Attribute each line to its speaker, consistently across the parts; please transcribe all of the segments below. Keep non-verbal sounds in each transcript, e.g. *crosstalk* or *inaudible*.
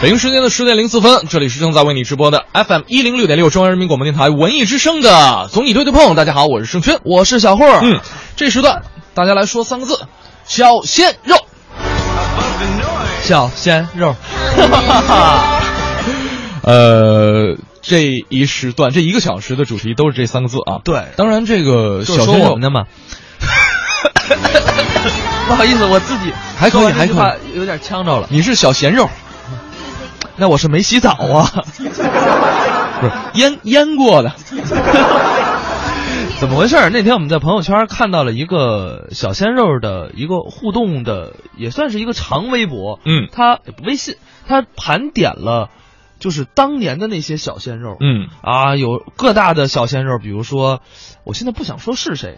Speaker 1: 北京时间的十点零四分，这里是正在为你直播的 FM 一零六点六中央人民广播电台文艺之声的总你对对碰。大家好，我是盛轩，
Speaker 2: 我是小霍。
Speaker 1: 嗯，这时段大家来说三个字：小鲜肉。
Speaker 2: 小鲜肉，
Speaker 1: *laughs* 呃，这一时段这一个小时的主题都是这三个字啊。
Speaker 2: 对
Speaker 1: 当然这个
Speaker 2: 就是
Speaker 1: 小
Speaker 2: 说
Speaker 1: 鲜
Speaker 2: 我
Speaker 1: 肉
Speaker 2: 们
Speaker 1: *laughs*
Speaker 2: 的嘛。不好意思，我自己
Speaker 1: 还可以
Speaker 2: 说完这句话
Speaker 1: 还可
Speaker 2: 有点呛着了。
Speaker 1: 你是小鲜肉，
Speaker 2: 那我是没洗澡
Speaker 1: *laughs*
Speaker 2: 啊，
Speaker 1: 不是腌腌过的。
Speaker 2: *laughs* 怎么回事儿？那天我们在朋友圈看到了一个小鲜肉的一个互动的，也算是一个长微博，
Speaker 1: 嗯
Speaker 2: 他微信他盘点了，就是当年的那些小鲜肉，
Speaker 1: 嗯，
Speaker 2: 啊，有各大的小鲜肉，比如说，我现在不想说是谁，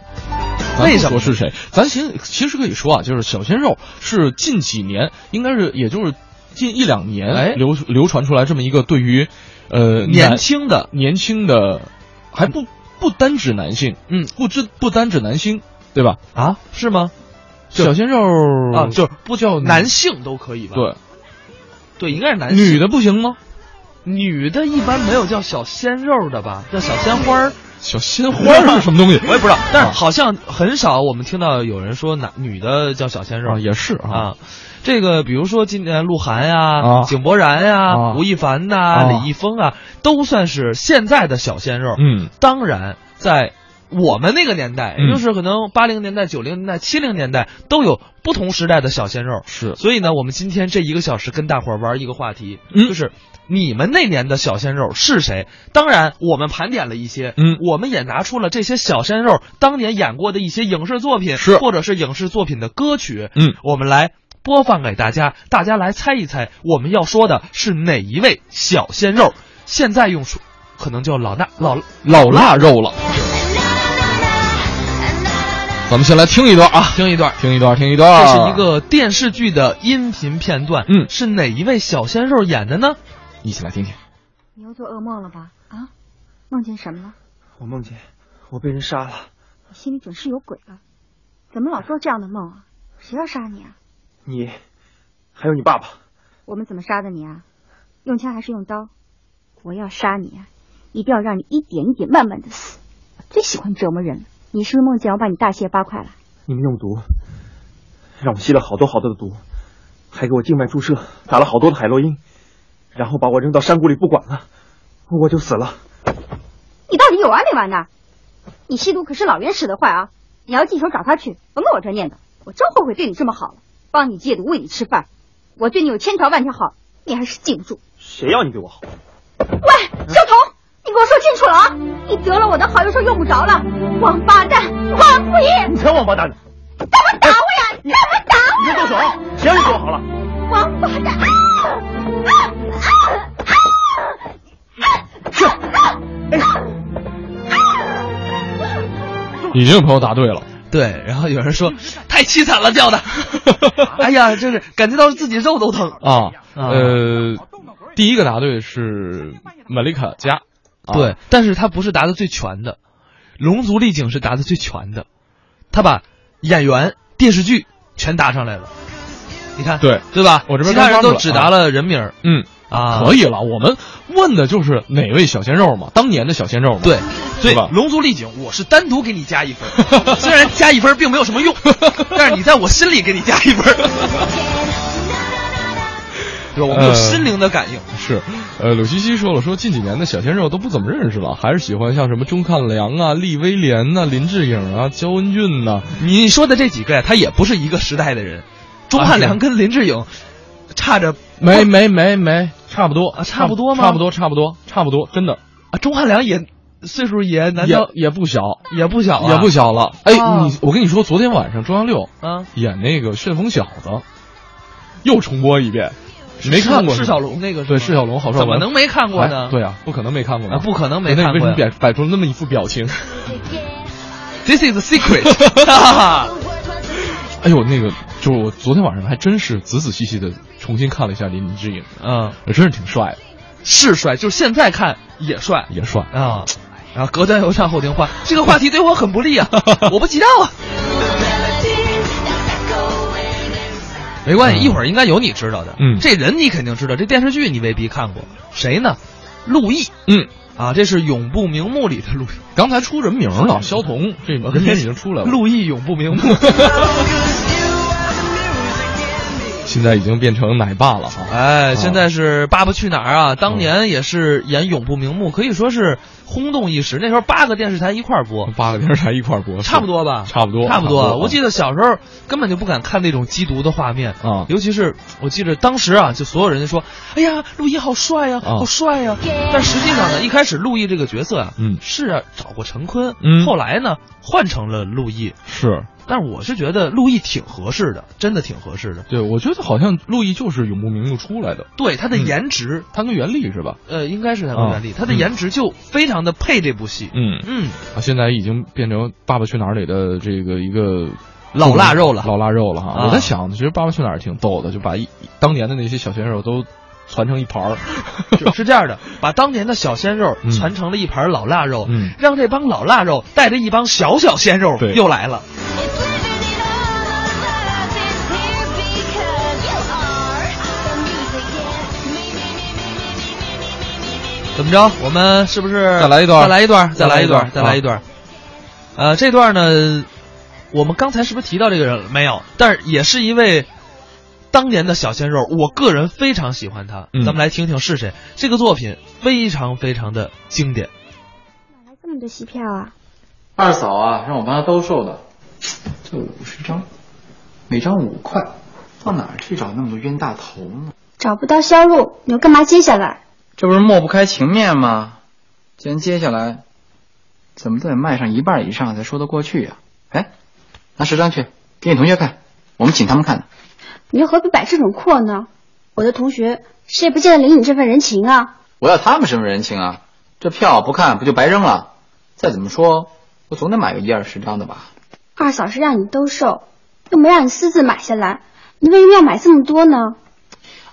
Speaker 1: 咱
Speaker 2: 为
Speaker 1: 不
Speaker 2: 什
Speaker 1: 说
Speaker 2: 么
Speaker 1: 是谁？咱其实其实可以说啊，就是小鲜肉是近几年，应该是也就是近一两年
Speaker 2: 哎
Speaker 1: 流、流传出来这么一个对于，呃
Speaker 2: 年
Speaker 1: 男
Speaker 2: 轻的
Speaker 1: 年轻的，还不不单指男性，
Speaker 2: 嗯
Speaker 1: 不知不单指男星，对吧？
Speaker 2: 啊？是吗？就
Speaker 1: 小鲜肉
Speaker 2: 啊，就是
Speaker 1: 不叫
Speaker 2: 男性都可以吧？
Speaker 1: 嗯对，
Speaker 2: 对，应该是男性。
Speaker 1: 女的不行吗？
Speaker 2: 女的一般没有叫小鲜肉的吧？叫小鲜花儿，
Speaker 1: 小鲜花儿是什么东西？
Speaker 2: 我也不知道。但是
Speaker 1: 啊
Speaker 2: 好像很少我们听到有人说男女的叫小鲜肉
Speaker 1: 啊，也是啊，
Speaker 2: 啊。这个比如说今年鹿晗呀、
Speaker 1: 啊
Speaker 2: 井柏然呀、
Speaker 1: 啊
Speaker 2: 吴亦凡呐、
Speaker 1: 啊
Speaker 2: 李易峰啊，都算是现在的小鲜肉。
Speaker 1: 嗯
Speaker 2: 当然，在我们那个年代，
Speaker 1: 嗯
Speaker 2: 也就是可能八零年代、九零年代、七零年代，都有不同时代的小鲜肉。
Speaker 1: 是
Speaker 2: 所以呢，我们今天这一个小时跟大伙儿玩一个话题，
Speaker 1: 嗯
Speaker 2: 就是你们那年的小鲜肉是谁？当然，我们盘点了一些，
Speaker 1: 嗯
Speaker 2: 我们也拿出了这些小鲜肉当年演过的一些影视作品，
Speaker 1: 是
Speaker 2: 或者是影视作品的歌曲，
Speaker 1: 嗯，
Speaker 2: 我们来。播放给大家，大家来猜一猜，我们要说的是哪一位小鲜肉？现在用说，可能就老衲老
Speaker 3: 啊
Speaker 1: 老腊肉了。咱们先来听一段啊，
Speaker 2: 听一段，
Speaker 1: 听一段，听一段。
Speaker 2: 这是一，个电视剧的音频片段，
Speaker 1: 嗯
Speaker 2: 是哪一位小鲜肉演的呢？
Speaker 1: 一起来听听。
Speaker 4: 你又做噩梦了吧？啊，梦见什么了？
Speaker 3: 我梦见我被人杀了，
Speaker 4: 你心里准是有鬼了，怎么老做这样的梦啊？谁要杀你啊？
Speaker 3: 你，还有你爸爸，
Speaker 4: 我们怎么杀的你啊？用枪还是用刀？我要杀你啊！一定要让你一点一点慢慢的死。最喜欢折磨人了。你是不是梦见我把你大卸八块了？
Speaker 3: 你们用毒，让我吸了好多好多的毒，还给我静脉注射，打了好多的海洛因，然后把我扔到山谷里不管了，我就死了。
Speaker 4: 你到底有完没完呢？你吸毒可是老袁使的坏啊！你要记仇找他去，甭跟我这念叨。我真后悔对你这么好了，帮你戒毒，喂你吃饭，我对你有千条万条好，你还是记不住。
Speaker 3: 谁要你对我好？
Speaker 4: 喂，小童，你给我说清楚了啊！你得了我的好，又说用不着了，王八蛋，王不义，
Speaker 3: 你才王八蛋呢！
Speaker 4: 你干嘛打
Speaker 2: 哎
Speaker 4: 我呀？你干嘛打我？
Speaker 3: 哎你别动手！谁让你对我好了？
Speaker 4: 王八蛋！啊啊
Speaker 1: 已经有朋友答对了，
Speaker 2: 对，然后有人说太凄惨了，叫的， *laughs* 哎呀，真是感觉到自己肉都疼。
Speaker 1: 啊，
Speaker 2: 啊
Speaker 1: 呃，第一个答对是玛丽卡加，啊
Speaker 2: 对，但是他不是答的最全的，《龙族丽景》是答的最全的，他把演员、电视剧全答上来了。你看，
Speaker 1: 对
Speaker 2: 对吧？
Speaker 1: 我这边
Speaker 2: 其他人
Speaker 1: 刚翻
Speaker 2: 都
Speaker 1: 出来
Speaker 2: 只答了人名儿
Speaker 1: 嗯，
Speaker 2: 啊，
Speaker 1: 可以了。我们问的就是哪位小鲜肉嘛，当年的小鲜肉嘛。
Speaker 2: 对，所以
Speaker 1: 是吧
Speaker 2: 《龙族丽景》我是单独给你加一分， *laughs* 虽然加一分并没有什么 *laughs* 用，但是你在我心里给你加一分，对吧？我们有
Speaker 1: 呃
Speaker 2: 心灵的感应。
Speaker 1: 是，呃，柳西西说了，说近几年的小鲜肉都不怎么认识了，还是喜欢像什么钟汉良啊、利威廉呐、林志颖啊、焦恩俊呐、
Speaker 2: 你说的这几个呀，他也不是一个时代的人，钟汉良跟林志颖差着
Speaker 1: 没没没没，差不多
Speaker 2: 啊差不多吗
Speaker 1: 差不多，差不多，差不多，真的，
Speaker 2: 啊，钟汉良也岁数也难
Speaker 1: 也
Speaker 2: 道
Speaker 1: 也不小，
Speaker 2: 也不小啊？
Speaker 1: 也不小了。哎，
Speaker 2: 啊
Speaker 1: 你我跟你说，昨天晚上中央六
Speaker 2: 啊，
Speaker 1: 演那个《旋风小子》，又重播一遍，没看过
Speaker 2: 释
Speaker 1: 是
Speaker 2: 小
Speaker 1: 吧
Speaker 2: 龙那个是
Speaker 1: 对
Speaker 2: 吗
Speaker 1: 释小龙好帅，
Speaker 2: 怎么能没看过呢？
Speaker 1: 哎对啊，不可能没看过吧
Speaker 2: 啊不可能没看过呀
Speaker 1: 那你为什么摆摆出那么一副表情？
Speaker 2: ，This is a secret *laughs* 啊哈哈。
Speaker 1: 哎呦，那个就是我昨天晚上还真是仔仔细细的重新看了一下林志颖，
Speaker 2: 嗯，
Speaker 1: 真是挺帅的，
Speaker 2: 是帅，就是现在看也帅
Speaker 1: 也帅。
Speaker 2: 啊。然后隔代犹唱后庭花，这个话题对我很不利啊，我不知道啊。没关
Speaker 1: 嗯
Speaker 2: 系，一会儿应该有你知道的。
Speaker 1: 嗯
Speaker 2: 这人你肯定知道，这电视剧你未必看过。谁呢？陆毅
Speaker 1: 嗯，
Speaker 2: 啊，这是《永不瞑目》里的陆毅。
Speaker 1: 刚才出人名了，萧彤，这人名已经出来了。
Speaker 2: *laughs* 陆毅永不瞑
Speaker 1: *laughs*
Speaker 2: 目。
Speaker 1: 现在已经变成奶爸了哈。
Speaker 2: 哎，现
Speaker 1: 啊
Speaker 2: 在是《爸爸去哪儿》啊，
Speaker 1: 嗯
Speaker 2: 当年也是演《永不瞑目》，可以说是轰动一时。那时候八个电视台一块儿播，
Speaker 1: 八个电视台一块儿播，
Speaker 2: 差不多吧？
Speaker 1: 差不多差
Speaker 2: 差不
Speaker 1: 不多
Speaker 2: 多。我记得小时候根本就不敢看那种缉毒的画面
Speaker 1: 啊
Speaker 2: 尤其是我记得当时啊，就所有人就说：“哎呀，陆毅好帅呀，
Speaker 1: 啊
Speaker 2: 好帅呀！”但实际上呢，一开始陆毅这个角色啊，
Speaker 1: 嗯
Speaker 2: 是啊，找过陈坤，
Speaker 1: 嗯
Speaker 2: 后来呢换成了陆毅，
Speaker 1: 是。
Speaker 2: 但是我是觉得陆毅挺合适的，真的挺合适的。
Speaker 1: 对，我觉得好像陆毅就是永不瞑目出来的，
Speaker 2: 对他的
Speaker 1: 嗯
Speaker 2: 颜值，
Speaker 1: 他跟袁立是吧？
Speaker 2: 呃，应该是他的原力，他的颜值就非常的配这部戏。
Speaker 1: 嗯，
Speaker 2: 嗯，
Speaker 1: 啊，现在已经变成《爸爸去哪儿》里的这个一个
Speaker 2: 老腊肉了
Speaker 1: 老腊肉了哈。
Speaker 2: 啊
Speaker 1: 我在想，其实《爸爸去哪儿》挺逗的，就把一当年的那些小鲜肉都攒成一盘
Speaker 2: *laughs*
Speaker 1: 儿。 *laughs*
Speaker 2: 就是这样的，把当年的小鲜肉
Speaker 1: 嗯
Speaker 2: 传成了一盘老腊肉，
Speaker 1: 嗯
Speaker 2: 让这帮老腊肉带着一帮小小鲜肉
Speaker 1: 对
Speaker 2: 又来了。怎么着？我们是不是
Speaker 1: 再来一段
Speaker 2: 再来一段，再来一段，
Speaker 1: 再
Speaker 2: 再
Speaker 1: 来
Speaker 2: 来
Speaker 1: 一
Speaker 2: 一段。呃，这段呢，我们刚才是不是提到这个人了？没有，但是也是一位当年的小鲜肉，我个人非常喜欢他。
Speaker 1: 嗯
Speaker 2: 咱们来听听是谁。这个作品非常非常的经典。
Speaker 4: 买这么多戏票啊？
Speaker 5: 二嫂啊，让我帮她兜售的，这五十张，每张五块，到哪儿去找那么多冤大头呢？
Speaker 4: 找不到销路，你又干嘛接下来？
Speaker 5: 这不是抹不开情面吗？既然接下来，怎么都得卖上一半以上才说得过去呀、哎，拿十张去给你同学看，我们请他们看的。
Speaker 4: 你又何必摆这种阔呢？我的同学谁也不见得领你这份人情啊！
Speaker 5: 我要他们什么人情啊？这票不看不就白扔了？再怎么说，我总得买个一二十张的吧？
Speaker 4: 二嫂是让你兜售，又没让你私自买下来，你为什么要买这么多呢？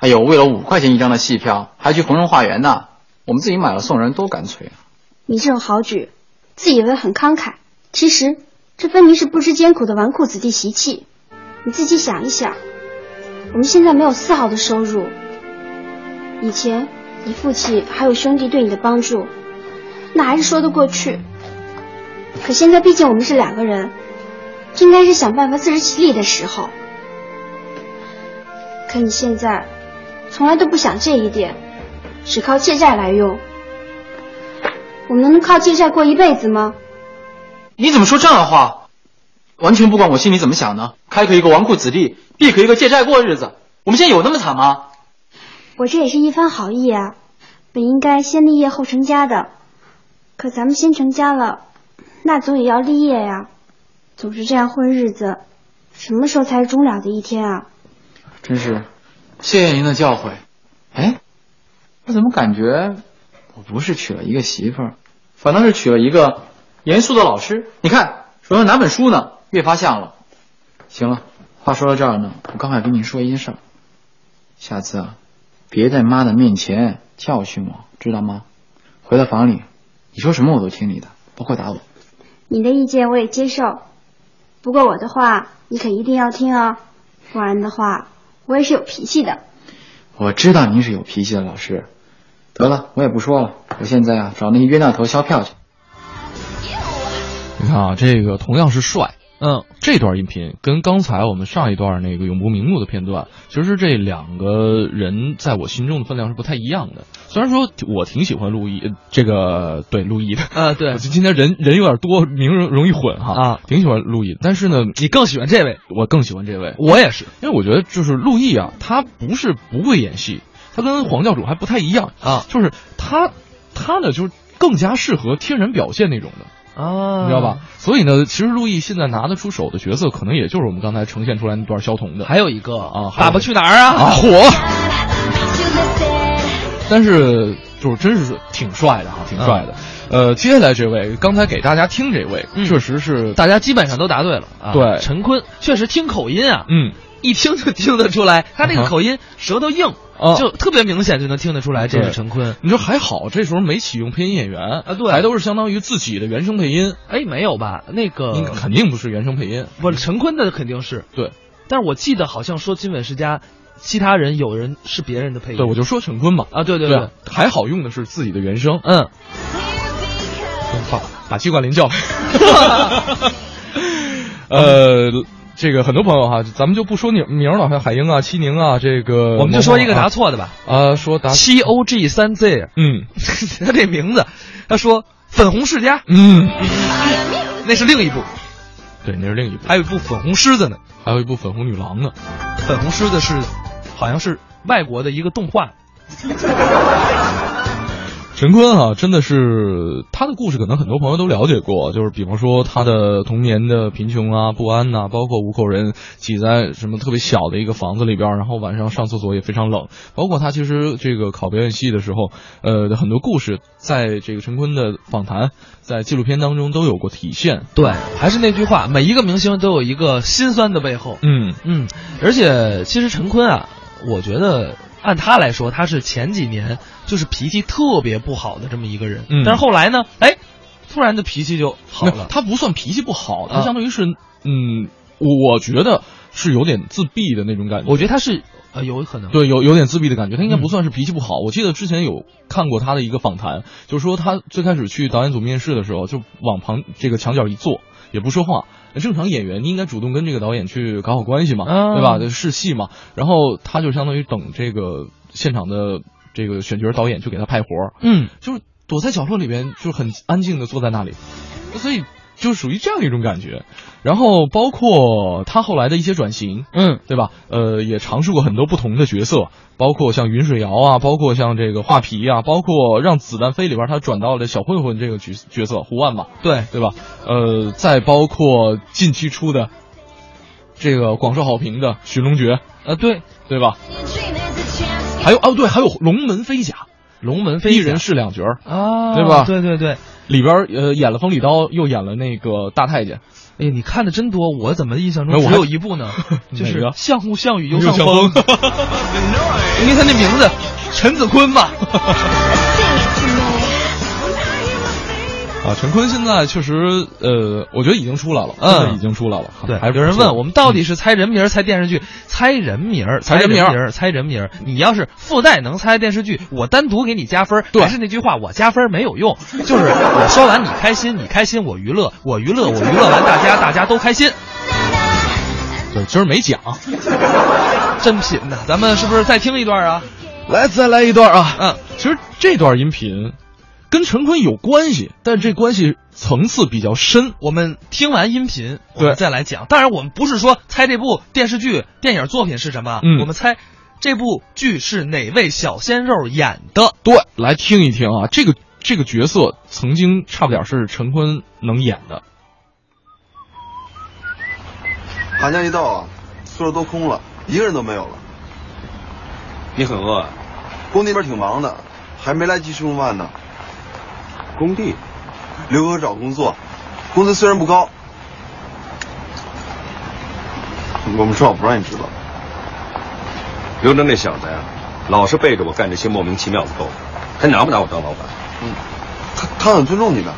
Speaker 5: 哎呦，为了五块钱一张的戏票，还去红荣化园呢，我们自己买了送人，多干脆啊！
Speaker 4: 你这种豪举，自以为很慷慨，其实这分明是不知艰苦的纨绔子弟习气。你自己想一想，我们现在没有丝毫的收入，以前你父亲还有兄弟对你的帮助，那还是说得过去。可现在毕竟我们是两个人，应该是想办法自食其力的时候。可你现在从来都不想这一点，只靠借债来用。我们能靠借债过一辈子吗？
Speaker 5: 你怎么说这样的话？完全不管我心里怎么想呢？开可一个纨绔子弟，闭可一个借债过日子。我们现在有那么惨吗？
Speaker 4: 我这也是一番好意啊，本应该先立业后成家的，可咱们先成家了，那总也要立业呀、总是这样混日子，什么时候才是终了的一天啊？
Speaker 5: 真是，谢谢您的教诲。哎，我怎么感觉我不是娶了一个媳妇儿，反倒是娶了一个严肃的老师？你看手上拿本书呢，越发像了。行了，话说到这儿呢，我刚好跟你说一件事儿，下次啊，别在妈的面前教训我，知道吗？回到房里，你说什么我都听你的，包括打我。
Speaker 4: 你的意见我也接受，不过我的话你可一定要听哦，不然的话我也是有脾气的。
Speaker 5: 我知道您是有脾气的老师。得了，我也不说了，我现在啊找那些冤大头销票去。
Speaker 1: 你看啊，这个同样是帅，
Speaker 2: 嗯，
Speaker 1: 这段音频跟刚才我们上一段那个永不瞑目的片段，其实这两个人在我心中的分量是不太一样的。虽然说我挺喜欢陆毅，呃这个对陆毅的，
Speaker 2: 呃，
Speaker 1: *laughs*
Speaker 2: 对
Speaker 1: 我今天人人有点多，名容容易混哈
Speaker 2: 啊
Speaker 1: 挺喜欢陆毅，但是呢，
Speaker 2: 你更喜欢这位，
Speaker 1: 我更喜欢这位，
Speaker 2: 我也是
Speaker 1: 因为我觉得就是陆毅啊，他不是不会演戏，他跟黄教主还不太一样，
Speaker 2: 啊
Speaker 1: 就是他他呢就是更加适合天然表现那种的。
Speaker 2: 啊
Speaker 1: 你知道吧？？所以呢，其实陆毅现在拿得出手的角色，可能也就是我们刚才呈现出来那段萧彤的。
Speaker 2: 还有一个
Speaker 1: 啊还有
Speaker 2: 爸爸去哪儿啊？
Speaker 1: 啊
Speaker 2: 火，
Speaker 1: 但是就是真是挺帅的哈，挺帅的。呃，接下来这位，刚才给大家听这位，
Speaker 2: 嗯
Speaker 1: 确实是，
Speaker 2: 大家基本上都答对了啊。
Speaker 1: 对
Speaker 2: 陈坤确实听口音啊，
Speaker 1: 嗯，
Speaker 2: 一听就听得出来，他这
Speaker 1: 嗯
Speaker 2: 个
Speaker 1: 哼
Speaker 2: 口音舌头硬，
Speaker 1: 啊
Speaker 2: 就特别明显就能听得出来这
Speaker 1: 对
Speaker 2: 是陈坤。
Speaker 1: 你说还好，这时候没启用配音演员啊
Speaker 2: 对
Speaker 1: 还都是相当于自己的原声配音，
Speaker 2: 哎，没有吧？那个
Speaker 1: 你肯定不是原声配音，
Speaker 2: 不是陈坤的肯定是
Speaker 1: 对，
Speaker 2: 但是我记得好像说金伟世家，其他人有人是别人的配音。
Speaker 1: 对，我就说陈坤嘛，
Speaker 2: 啊，对对
Speaker 1: 对啊，还好用的是自己的原声，嗯
Speaker 2: 嗯，
Speaker 1: 好，把季冠霖叫来。
Speaker 2: *laughs*
Speaker 1: 呃，这个很多朋友哈，咱们就不说名名了，还有海英啊、七宁啊，这个
Speaker 2: 我们就说一个答
Speaker 1: 啊
Speaker 2: 错的吧。
Speaker 1: 啊，说答，
Speaker 2: 七 O G 三 Z，
Speaker 1: 嗯
Speaker 2: 他这名字，他说粉红世家，
Speaker 1: 嗯，
Speaker 2: 那是另一部，
Speaker 1: 对，那是另一部，
Speaker 2: 还有一部粉红狮子呢。
Speaker 1: 还有一部粉红女郎呢，
Speaker 2: 粉红狮子是好像是外国的一个动画，
Speaker 1: *laughs* 陈坤啊，真的是他的故事，可能很多朋友都了解过，就是比方说他的童年的贫穷啊、不安呐、包括五口人挤在什么特别小的一个房子里边儿，然后晚上上厕所也非常冷，包括他其实这个考表演系的时候，呃，很多故事在这个陈坤的访谈、在纪录片当中都有过体现。
Speaker 2: 对，还是那句话，每一个明星都有一个心酸的背后。
Speaker 1: 嗯
Speaker 2: 嗯，而且其实陈坤啊，我觉得按他来说，他是前几年就是脾气特别不好的这么一个人，
Speaker 1: 嗯
Speaker 2: 但是后来呢，哎，突然的脾气就好
Speaker 1: 没有
Speaker 2: 了。
Speaker 1: 他不算脾气不好，他
Speaker 2: 啊
Speaker 1: 相当于是，嗯，我我觉得是有点自闭的那种感觉。
Speaker 2: 我觉得他是呃有可能，
Speaker 1: 对，有有点自闭的感觉，他应该不
Speaker 2: 嗯
Speaker 1: 算是脾气不好。我记得之前有看过他的一个访谈，就是说他最开始去导演组面试的时候，就往旁这个墙角一坐，也不说话。正常演员你应该主动跟这个导演去搞好关系嘛，
Speaker 2: 啊
Speaker 1: 对吧？就试戏嘛。然后他就相当于等这个现场的这个选角导演去给他派活儿，
Speaker 2: 嗯，
Speaker 1: 就是躲在角落里边，就是很安静的坐在那里，所以就属于这样一种感觉。然后包括他后来的一些转型，
Speaker 2: 嗯，
Speaker 1: 对吧？呃，也尝试过很多不同的角色，包括像云水谣啊，包括像这个画皮啊，包括让子弹飞里边他转到了小混混这个角角色胡万嘛，
Speaker 2: 对，
Speaker 1: 对吧？呃，再包括近期出的这个广受好评的《寻龙诀》，
Speaker 2: 呃，对，
Speaker 1: 对吧？还有哦，对，还有《龙门飞甲》，龙门
Speaker 2: 飞甲
Speaker 1: 一人饰两角儿，
Speaker 2: 啊，
Speaker 1: 对吧
Speaker 2: 对对对，
Speaker 1: 里边儿呃演了风里刀，又演了那个大太监，
Speaker 2: 哎呀，你看的真多，我怎么印象
Speaker 1: 没
Speaker 2: 中
Speaker 1: 有我
Speaker 2: 只
Speaker 1: 还？
Speaker 2: 有一部呢
Speaker 1: *laughs*
Speaker 2: 就是
Speaker 1: 哪个
Speaker 2: 《相互相与
Speaker 1: 又
Speaker 2: 又上
Speaker 1: 像
Speaker 2: 风》， *laughs*
Speaker 1: 风
Speaker 2: 因为他那名字陈子坤嘛。
Speaker 1: *laughs* 啊，陈坤现在确实，呃，我觉得已经出来了，
Speaker 2: 嗯
Speaker 1: 真的已经出来了。
Speaker 2: 对，
Speaker 1: 还是
Speaker 2: 有人
Speaker 1: 不错
Speaker 2: 问我们到底是猜人名儿猜电视剧，猜人名儿
Speaker 1: 嗯猜
Speaker 2: 猜
Speaker 1: 人
Speaker 2: 人
Speaker 1: 名
Speaker 2: 名
Speaker 1: 儿
Speaker 2: 儿猜人名儿你要是附带能猜电视剧，我单独给你加分儿。
Speaker 1: 对
Speaker 2: 还是那句话，我加分儿没有用，就是我说完你开心，你开心，我娱乐，我娱乐，我娱乐完大家，大家都开心，
Speaker 1: 对，今儿没讲，
Speaker 2: 真品呐！咱们是不是再听一段啊？
Speaker 1: 来再来一段啊。
Speaker 2: 嗯，
Speaker 1: 其实这段音频跟陈坤有关系，但这关系层次比较深。
Speaker 2: 我们听完音频，我
Speaker 1: 对
Speaker 2: 们再来讲。当然，我们不是说猜这部电视剧、电影作品是什么，
Speaker 1: 嗯
Speaker 2: 啊我们猜这部剧是哪位小鲜肉演的。
Speaker 1: 对，来听一听啊，这个这个角色曾经差不点是陈坤能演的。
Speaker 6: 寒假一到啊，宿舍都空了，一个人都没有了。
Speaker 7: 你很饿啊？
Speaker 6: 工地那边挺忙的，还没来及吃中饭呢。
Speaker 7: 工地
Speaker 6: 刘哥找工作，工资虽然不高，我们说好不让你知道。
Speaker 7: 刘征那小子呀，老是背着我干这些莫名其妙的勾当，还拿不拿我当老板？
Speaker 6: 嗯，他他很尊重你的，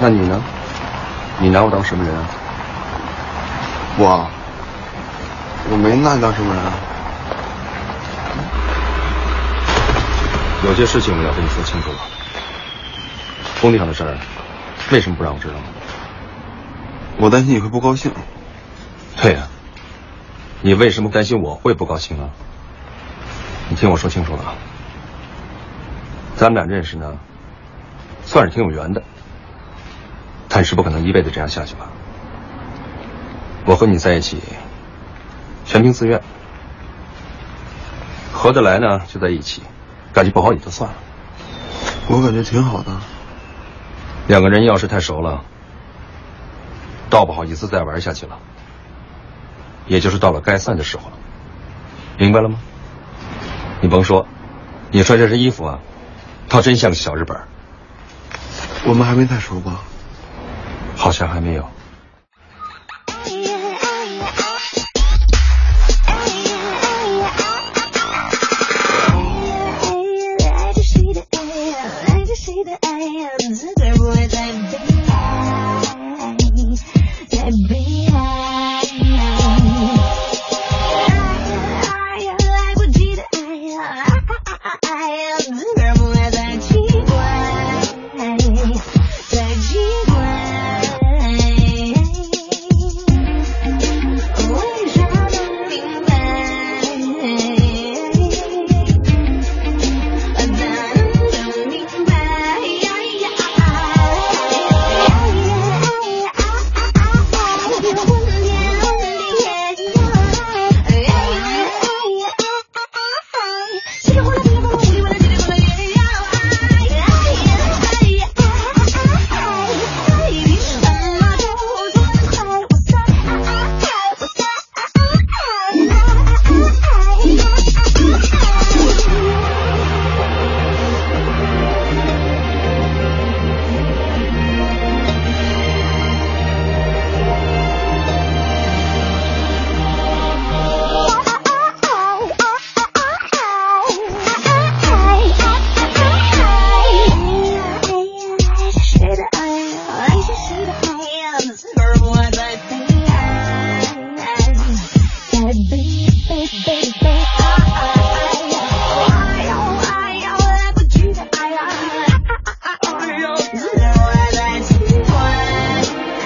Speaker 7: 那你呢？你拿我当什么人啊？
Speaker 6: 我啊我没拿你当什么人啊。
Speaker 7: 有些事情我要跟你说清楚了。工地上的事儿，为什么不让我知道呢？
Speaker 6: 我担心你会不高兴，
Speaker 7: 对呀、你为什么担心我会不高兴啊？你听我说清楚了啊，咱们俩认识呢，算是挺有缘的，但是不可能一辈子这样下去吧。我和你在一起，全凭自愿，合得来呢就在一起，感觉不好也就算了。
Speaker 6: 我感觉挺好的。
Speaker 7: 两个人要是太熟了，倒不好意思再玩下去了，也就是到了该散的时候了，明白了吗？你甭说，你穿这身衣服啊，倒真像个小日本儿，
Speaker 6: 我们还没太熟吧？
Speaker 7: 好像还没有。
Speaker 8: Baby, baby, 那不爱再奇怪，再奇怪。为啥不明白？咱能明白？别问天问地稀里哗啦，稀里哗啦，糊里哗啦，稀里哗啦，也要爱，爱，爱，爱，爱，比什么都痛快，我在，我在，爱，爱，爱。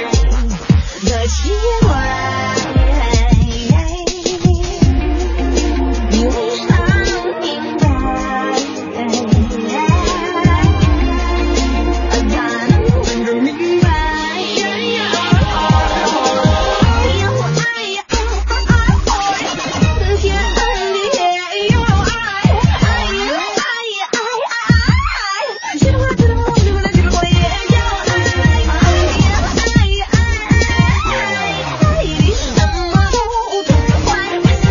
Speaker 8: 的奇怪。你为啥不明白？咱能分着明白。哎呀，我爱呀，爱，天地也有爱，爱呀，爱爱爱，心里话，心里话，我心里话，心里话也要爱，爱呀，爱爱爱，比什么都痛快，我在，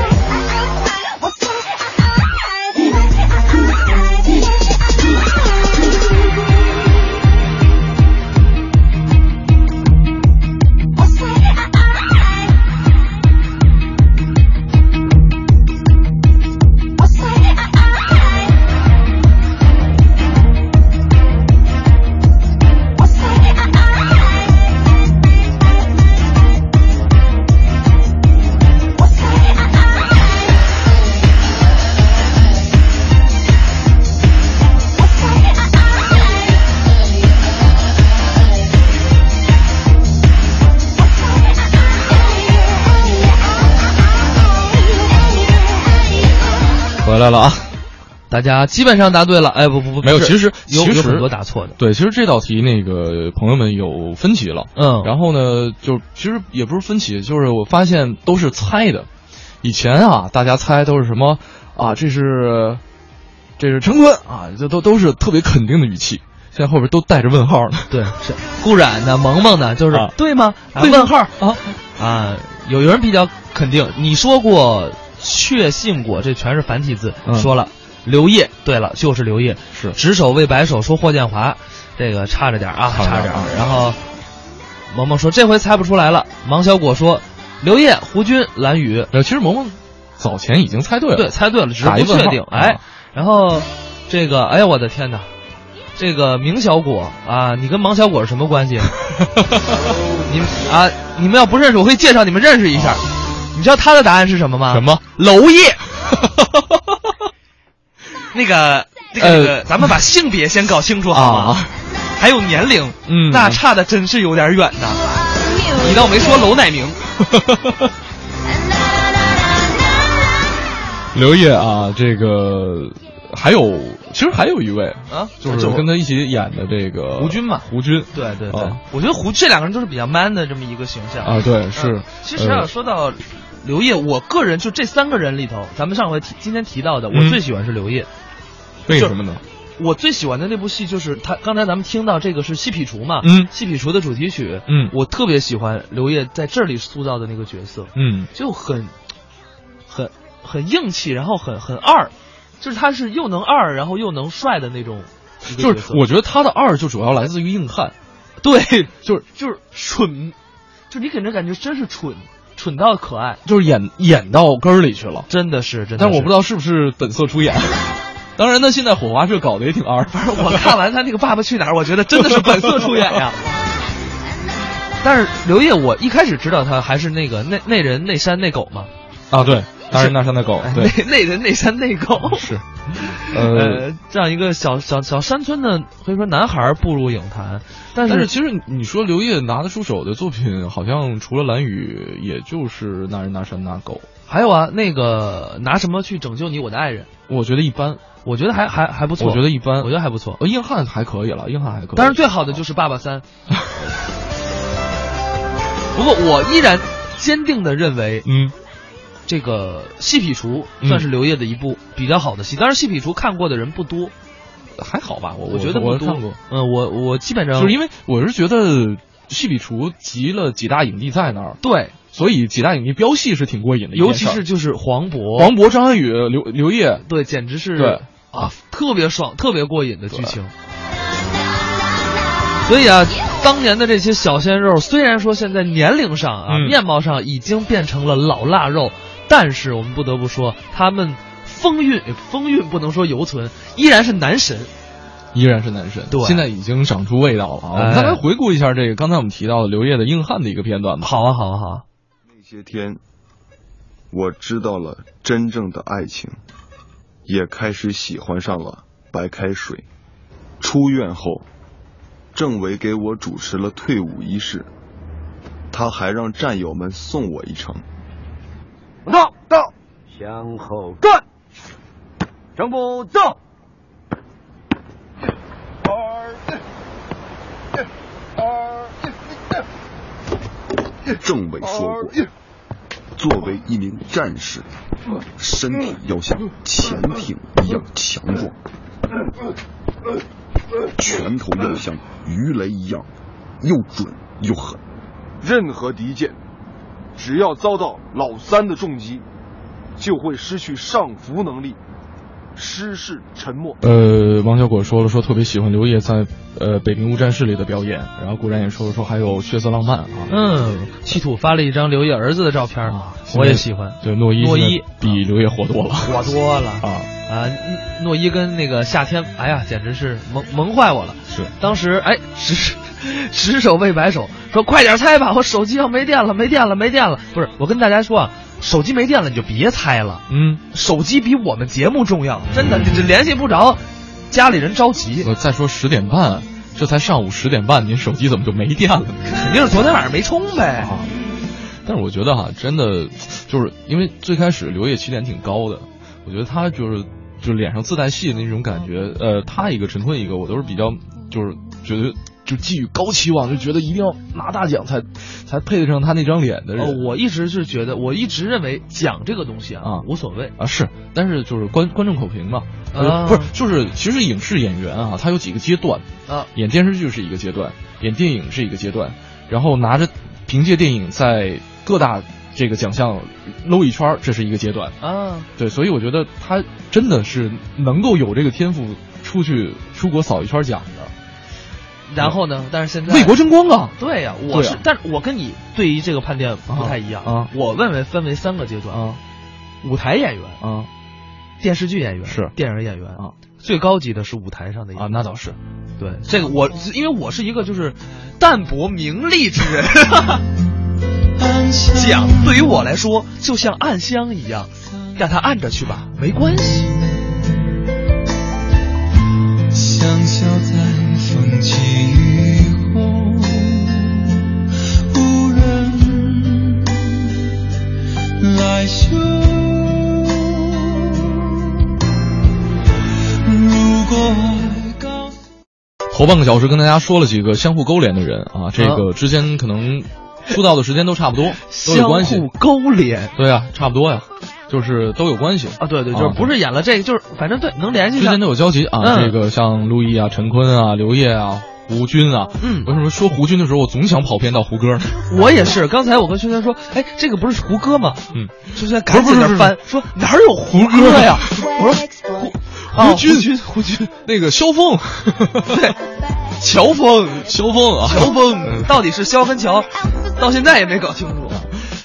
Speaker 8: 我在，爱，爱，爱，爱。我最爱，我最爱。我最爱，我最爱。
Speaker 1: 回来了啊！
Speaker 2: 大家基本上答对了，哎，不不不，
Speaker 1: 没有，
Speaker 2: 不是
Speaker 1: 其实
Speaker 2: 有
Speaker 1: 其实
Speaker 2: 有很多答错的，
Speaker 1: 对，其实这道题那个朋友们有分歧了，
Speaker 2: 嗯
Speaker 1: 然后呢，就其实也不是分歧，就是我发现都是猜的。以前啊，大家猜都是什么啊？这是这是陈坤啊，这都都是特别肯定的语气，现在后边都带着问号呢。
Speaker 2: 对，是顾冉呢，萌萌呢，就是、
Speaker 1: 啊
Speaker 2: 对吗？啊
Speaker 1: 对吗
Speaker 2: 问号
Speaker 1: 哦
Speaker 2: 啊啊！有有人比较肯定，你说过确信过，这全是繁体字，
Speaker 1: 嗯
Speaker 2: 说了。刘烨，对了，就是刘烨，
Speaker 1: 是
Speaker 2: 执手为白首，说霍建华，这个差着点儿啊，
Speaker 1: 差着
Speaker 2: 差着
Speaker 1: 点儿
Speaker 2: 点儿。然后，萌萌说这回猜不出来了。芒小果说，刘烨、胡军、蓝宇，
Speaker 1: 呃，其实萌萌早前已经猜对了，
Speaker 2: 对，猜对了，只是
Speaker 1: 打一
Speaker 2: 不
Speaker 1: 问
Speaker 2: 确
Speaker 1: 号
Speaker 2: 定。
Speaker 1: 啊
Speaker 2: 哎，然后这个，哎呀，我的天哪！这个明小果啊，你跟芒小果是什
Speaker 1: *laughs*
Speaker 2: 么关系？你们啊，你们要不认识，我可以介绍你们认识一下。你知道他的答案是什么吗？
Speaker 1: 什？么？
Speaker 2: 娄
Speaker 1: *laughs*
Speaker 2: 烨。那个，那个，
Speaker 1: 呃
Speaker 2: 那个
Speaker 1: *laughs*
Speaker 2: 咱们把性别先搞清楚好吗？
Speaker 1: 啊
Speaker 2: 还有年龄，
Speaker 1: 嗯
Speaker 2: 那差的真是有点远呐。你倒没说娄乃明。
Speaker 1: *laughs* 刘烨啊，这个还有，其实还有一位
Speaker 2: 啊
Speaker 1: 就是
Speaker 2: 就
Speaker 1: 跟他一起演的这个
Speaker 2: 胡军嘛
Speaker 1: 胡军，
Speaker 2: 对对对，
Speaker 1: 啊
Speaker 2: 我觉得胡这两个人都是比较 man 的这么一个形象
Speaker 1: 啊对是
Speaker 2: 嗯其实啊，
Speaker 1: 呃
Speaker 2: 说到刘烨，我个人就这三个人里头，咱们上回提今天提到的，
Speaker 1: 嗯
Speaker 2: 我最喜欢是刘烨。
Speaker 1: 为什么呢？
Speaker 2: 我最喜欢的那部戏就是他，刚才咱们听到这个是《戏匹厨》嘛，
Speaker 1: 嗯
Speaker 2: 《戏匹厨》的主题曲，
Speaker 1: 嗯
Speaker 2: 我特别喜欢刘烨在这里塑造的那个角色，
Speaker 1: 嗯
Speaker 2: 就很很很硬气，然后很很二，就是他是又能二，然后又能帅的那种一个角色。
Speaker 1: 就是我觉得他的二就主要来自于硬汉，
Speaker 2: *laughs* 对，就是就是蠢，就你给人感觉真是蠢，蠢到可爱，
Speaker 1: 就是演演到根儿里去了。
Speaker 2: 真的是真的。
Speaker 1: 但是我不知
Speaker 2: 道，
Speaker 1: 道是不是本色出
Speaker 2: *laughs*
Speaker 1: 演。当然呢，现在火花社搞得也挺二，反正
Speaker 2: 我看完他那个《爸爸去哪儿》，我觉得真的是本色出演
Speaker 1: *laughs*
Speaker 2: 呀。但是刘烨，我一开始知道他还是那个那那人那山那狗嘛， *laughs*
Speaker 1: 啊，对，当然那山的狗，
Speaker 2: 哎
Speaker 1: 对，
Speaker 2: 那那人那山那狗
Speaker 1: 是。呃，
Speaker 2: 呃，这样一个小小小山村的可以说男孩儿步入影坛，但
Speaker 1: 但
Speaker 2: 是
Speaker 1: 是其实你说刘烨拿得出手的作品，好像除了《蓝雨》，也就是《那人那山那狗
Speaker 2: 还有啊，那个拿什么去拯救你我的爱人，》，
Speaker 1: 我觉得一般，
Speaker 2: 我觉得还还还不错，
Speaker 1: 我觉得一般，
Speaker 2: 我觉得还不错。
Speaker 1: 呃，硬汉还可以了，硬汉还可以。
Speaker 2: 当然最好的就是爸爸三，
Speaker 1: *laughs*
Speaker 2: 不过我依然坚定的认为，
Speaker 1: 嗯，
Speaker 2: 这个《戏痞厨》算是刘烨的一部比较好的戏。当然，《戏痞厨》看过的人不多，
Speaker 1: 还好吧，我
Speaker 2: 我觉得
Speaker 1: 我
Speaker 2: 不
Speaker 1: 看
Speaker 2: 多
Speaker 1: 过，。
Speaker 2: 嗯，我我基本上
Speaker 1: 就是因
Speaker 2: 为
Speaker 1: 为我是觉得《戏比厨》集了几大影帝在那儿，
Speaker 2: 对，
Speaker 1: 所以几大影帝标戏是挺过瘾的一件
Speaker 2: 尤
Speaker 1: 事
Speaker 2: 其
Speaker 1: 儿，
Speaker 2: 是就是黄渤，
Speaker 1: 黄渤、张涵予、刘刘烨，
Speaker 2: 对，简直是
Speaker 1: 对
Speaker 2: 啊，特别爽、特别过瘾的剧情。所以啊，当年的这些小鲜肉，虽然说现在年龄上啊、
Speaker 1: 嗯
Speaker 2: 面貌上已经变成了老腊肉，但是我们不得不说，他们风韵风韵不能说犹存，依然是男神。
Speaker 1: 依然是男神。
Speaker 2: 对
Speaker 1: 现在已经长出味道了啊！我
Speaker 2: 哎
Speaker 1: 们再来回顾一下这个刚才我们提到的刘烨的硬汉的一个片段吧。
Speaker 2: 好啊，好啊，好啊！
Speaker 9: 那些天，我知道了真正的爱情，也开始喜欢上了白开水。出院后，政委给我主持了退伍仪式，他还让战友们送我一程。
Speaker 10: 到到，向后转，正步走。二二
Speaker 9: 政委说过，作为一名战士，身体要像潜艇一样强壮，拳头要像鱼雷一样又准又狠。任何敌舰，只要遭到老三的重击，就会失去上浮能力，失势沉没。
Speaker 1: 呃，王小果说了说特别喜欢刘烨在呃《北平无战事》里的表演，然后固然也说了说还有《血色浪漫》啊，
Speaker 2: 嗯，稀土发了一张刘烨儿子的照片，
Speaker 1: 啊
Speaker 2: 我也喜欢。
Speaker 1: 对，诺一
Speaker 2: 诺啊
Speaker 1: 现在
Speaker 2: 一
Speaker 1: 比刘烨火多了
Speaker 2: 火多了
Speaker 1: 啊，
Speaker 2: 啊！诺一跟那个夏天，哎呀，简直是萌萌坏我了。
Speaker 1: 是
Speaker 2: 当时哎，十十手未白手，说快点猜吧，我手机要没电了，没电了，没电了。不是，我跟大家说啊，手机没电了你就别猜了，
Speaker 1: 嗯。
Speaker 2: 手机比我们节目重要，真的，这这联系不着，家里人着急，
Speaker 1: 呃，再说十点半，这才上午十点半，您手机怎么就没电了呢？
Speaker 2: 肯定是昨天晚上没充呗。
Speaker 1: 啊！但是我觉得哈、真的就是因为最开始刘烨起点挺高的，我觉得他就是就是脸上自带戏的那种感觉。呃，他一个陈坤一个，我都是比较就是觉得就寄予高期望，就觉得一定要拿大奖才才配得上他那张脸的人。
Speaker 2: 哦，我一直是觉得，我一直认为讲这个东西啊，
Speaker 1: 啊
Speaker 2: 无所谓。
Speaker 1: 啊，是，但是就是观观众口评嘛，呃
Speaker 2: 啊
Speaker 1: 不是，就是其实影视演员啊，他有几个阶段
Speaker 2: 啊，
Speaker 1: 演电视剧是一个阶段，演电影是一个阶段，然后拿着凭借电影在各大这个奖项搂一圈儿，这是一个阶段，
Speaker 2: 啊，
Speaker 1: 对，所以我觉得他真的是能够有这个天赋出去出国扫一圈儿奖的，
Speaker 2: 然后呢？但是现在
Speaker 1: 为国争光啊，
Speaker 2: 对呀、我是，
Speaker 1: 对啊
Speaker 2: 但是我跟你对于这个判断不太一样
Speaker 1: 啊啊
Speaker 2: 我认为分为三个阶段
Speaker 1: 啊，
Speaker 2: 舞台演员、
Speaker 1: 啊
Speaker 2: 电视剧演员
Speaker 1: 是
Speaker 2: 电影演员
Speaker 1: 啊，
Speaker 2: 最高级的是舞台上的演
Speaker 1: 啊，
Speaker 2: 员。
Speaker 1: 那倒是，
Speaker 2: 对这个我，因为我是一个就是淡泊名利之人， *laughs* 讲对于我来说就像暗香一样，让它暗着去吧，没关系。
Speaker 10: 香消在风起雨后，无人来嗅。如果爱告诉。
Speaker 1: 头半个小时跟大家说了几个相互勾连的人啊，这个之间可能出道的时间都差不多，都有
Speaker 2: 相
Speaker 1: 关系。
Speaker 2: 互勾连
Speaker 1: 对啊，差不多呀，就是都有关系，
Speaker 2: 啊，对对，就是
Speaker 1: 哦
Speaker 2: 不是演了这个，就是反正对能联系
Speaker 1: 之间
Speaker 2: 上
Speaker 1: 都。有交集啊。这
Speaker 2: 嗯
Speaker 1: 个像陆毅啊、陈坤啊、刘烨啊、胡军啊，
Speaker 2: 嗯
Speaker 1: 为什么说胡军的时候，我总想跑偏到胡歌呢？
Speaker 2: 我也是，刚才我跟轩轩说，哎，这个不是胡歌吗？
Speaker 1: 嗯，
Speaker 2: 轩轩赶紧
Speaker 1: 不是
Speaker 2: 的
Speaker 1: 不是
Speaker 2: 翻，说哪儿有胡歌呀？我说啊
Speaker 1: 胡军，胡军，那个萧峰，对，乔峰，萧峰啊，
Speaker 2: 乔峰到底是萧跟乔，到现在也没搞清楚。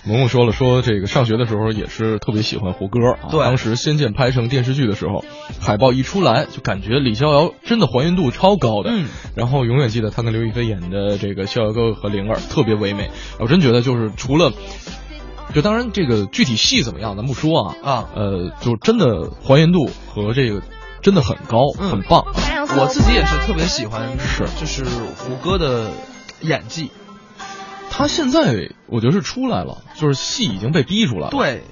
Speaker 1: 萌萌说了，说这个上学的时候也是特别喜欢胡歌啊。
Speaker 2: 对
Speaker 1: 当时《仙剑》拍成电视剧的时候，海报一出来就感觉李逍遥真的还原度超高的。
Speaker 2: 嗯。
Speaker 1: 然后永远记得他跟刘亦菲演的这个《逍遥哥哥和灵儿》特别唯美，我真觉得就是除了。就当然，这个具体戏怎么样咱不说啊
Speaker 2: 啊
Speaker 1: 呃，就真的还原度和这个真的很高，很棒。
Speaker 2: 嗯
Speaker 1: 啊
Speaker 2: 我自己也是特别喜欢，
Speaker 1: 是
Speaker 2: 就是胡歌的演技，
Speaker 1: 他现在我觉得是出来了，就是戏已经被逼出来了。
Speaker 2: 对，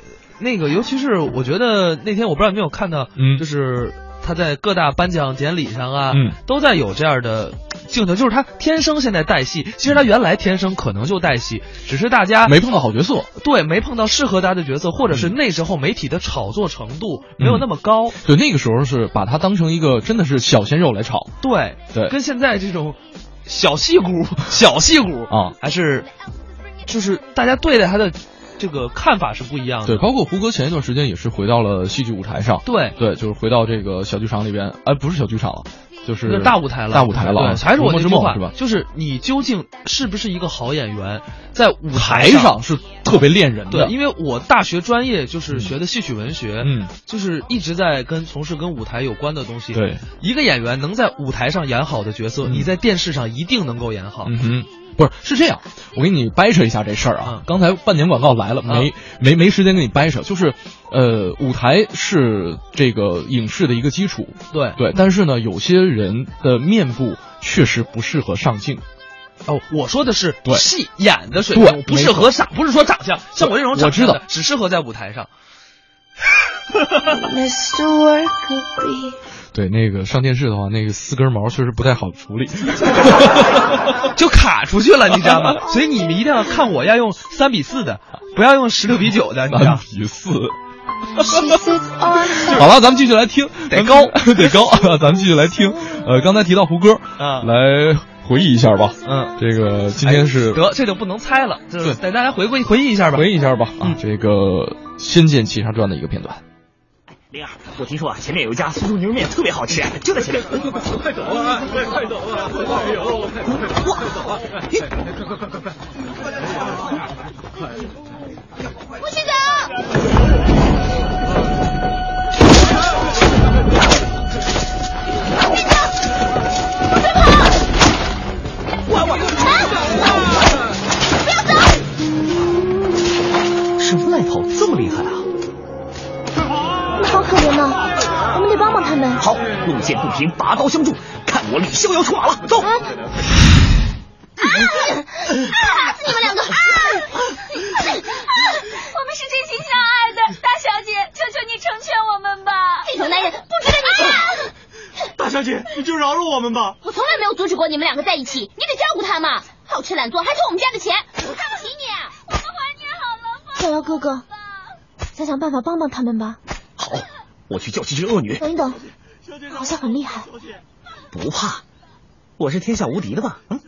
Speaker 2: 那个尤其是我觉得那天我不知道有没有看到，
Speaker 1: 嗯
Speaker 2: 就是他在各大颁奖典礼上啊，
Speaker 1: 嗯
Speaker 2: 都在有这样的镜头，就是他天生现在带戏，其实他原来天生可能就带戏，只是大家
Speaker 1: 没碰到好角色，
Speaker 2: 对没碰到适合他的角色，或者是那时候媒体的炒作程度没有那么高，
Speaker 1: 嗯对，那个时候是把他当成一个真的是小鲜肉来炒
Speaker 2: 对
Speaker 1: 对
Speaker 2: 跟现在这种小戏骨、 *laughs* 小戏骨
Speaker 1: 啊。
Speaker 2: 还是就是大家对待他的这个看法是不一样的。
Speaker 1: 对，包括胡歌前一段时间也是回到了戏剧舞台上，
Speaker 2: 对
Speaker 1: 对，就是回到这个小剧场里边，哎，不是小剧场了，就是
Speaker 2: 那大舞台了，
Speaker 1: 大舞台了啊，
Speaker 2: 对，还是我那
Speaker 1: 梦
Speaker 2: 句
Speaker 1: 之梦
Speaker 2: 话，
Speaker 1: 是吧？
Speaker 2: 就是你究竟是不是一个好演员，在舞台
Speaker 1: 台上是特别练人的，
Speaker 2: 对，因为我大学专业就是学的戏曲文学，
Speaker 1: 嗯，
Speaker 2: 就是一直在跟从事跟舞台有关的东西。
Speaker 1: 对，
Speaker 2: 一个演员能在舞台上演好的角色，你在电视上一定能够演好。
Speaker 1: 嗯哼，不是是这样，我给你掰扯一下这事儿啊
Speaker 2: 嗯。
Speaker 1: 刚才半年广告来了，没、没没时间给你掰扯，就是，呃，舞台是这个影视的一个基础，
Speaker 2: 对，
Speaker 1: 对。但是呢，有些人的面部确实不适合上镜，
Speaker 2: 哦，我说的是
Speaker 1: 对
Speaker 2: 戏演的水平，
Speaker 1: 对
Speaker 2: 不适合长，不是说长相，像我这种
Speaker 1: 我
Speaker 2: 长
Speaker 1: 知
Speaker 2: 相
Speaker 1: 道
Speaker 2: 的，只适合在舞台上。 *laughs*
Speaker 1: 对那个上电视的话，那个四根毛确实不太好处理。
Speaker 2: 就卡出去了，你知
Speaker 1: *laughs*
Speaker 2: 道吗？所以你们一定要看我要用三比四的，不要用十六比九的，你知道
Speaker 1: 三 *laughs*
Speaker 2: 吗？ *laughs*
Speaker 1: 比四。好了，咱们继续来听，
Speaker 2: 得
Speaker 1: *laughs*
Speaker 2: 高
Speaker 1: 得高，啊咱们继续来听。呃，刚才提到胡歌，
Speaker 2: 啊
Speaker 1: 来回忆一下吧。
Speaker 2: 嗯，哎
Speaker 1: 这个今天是
Speaker 2: 得这就不能猜了，这
Speaker 1: 对
Speaker 2: 带大家回归回忆一下吧。嗯
Speaker 1: 回忆一下吧啊，这个《仙剑奇侠传》的一个片段。
Speaker 11: 灵儿，我听说啊，前面有一家苏州牛肉面特别好吃，啊就在前面。 *laughs* 快快走啊！快快走啊！哎呦，快走啊！
Speaker 8: 不许走！
Speaker 11: 师傅赖头这么厉害啊！
Speaker 8: 好可怜呐，我们得帮帮他们。
Speaker 11: 好，路见不平，拔刀相助，看我李逍遥出马了！走。
Speaker 8: 啊打死你们两个！我们是真心相爱的，大小姐，求求你成全我们吧！这种男人不值得你。
Speaker 11: 大小姐，你就饶了我们吧！
Speaker 8: 哎我从来没有阻止过你们两个在一起，你得照顾他嘛。好吃懒做，还偷我们家的钱，我看不起你。我们还你好了吗？逍遥哥哥，想想办法帮帮他们吧。
Speaker 11: 好，我去叫这只恶女，
Speaker 8: 等一等，好像很厉害。
Speaker 11: 不怕，我是天下无敌的吧？嗯。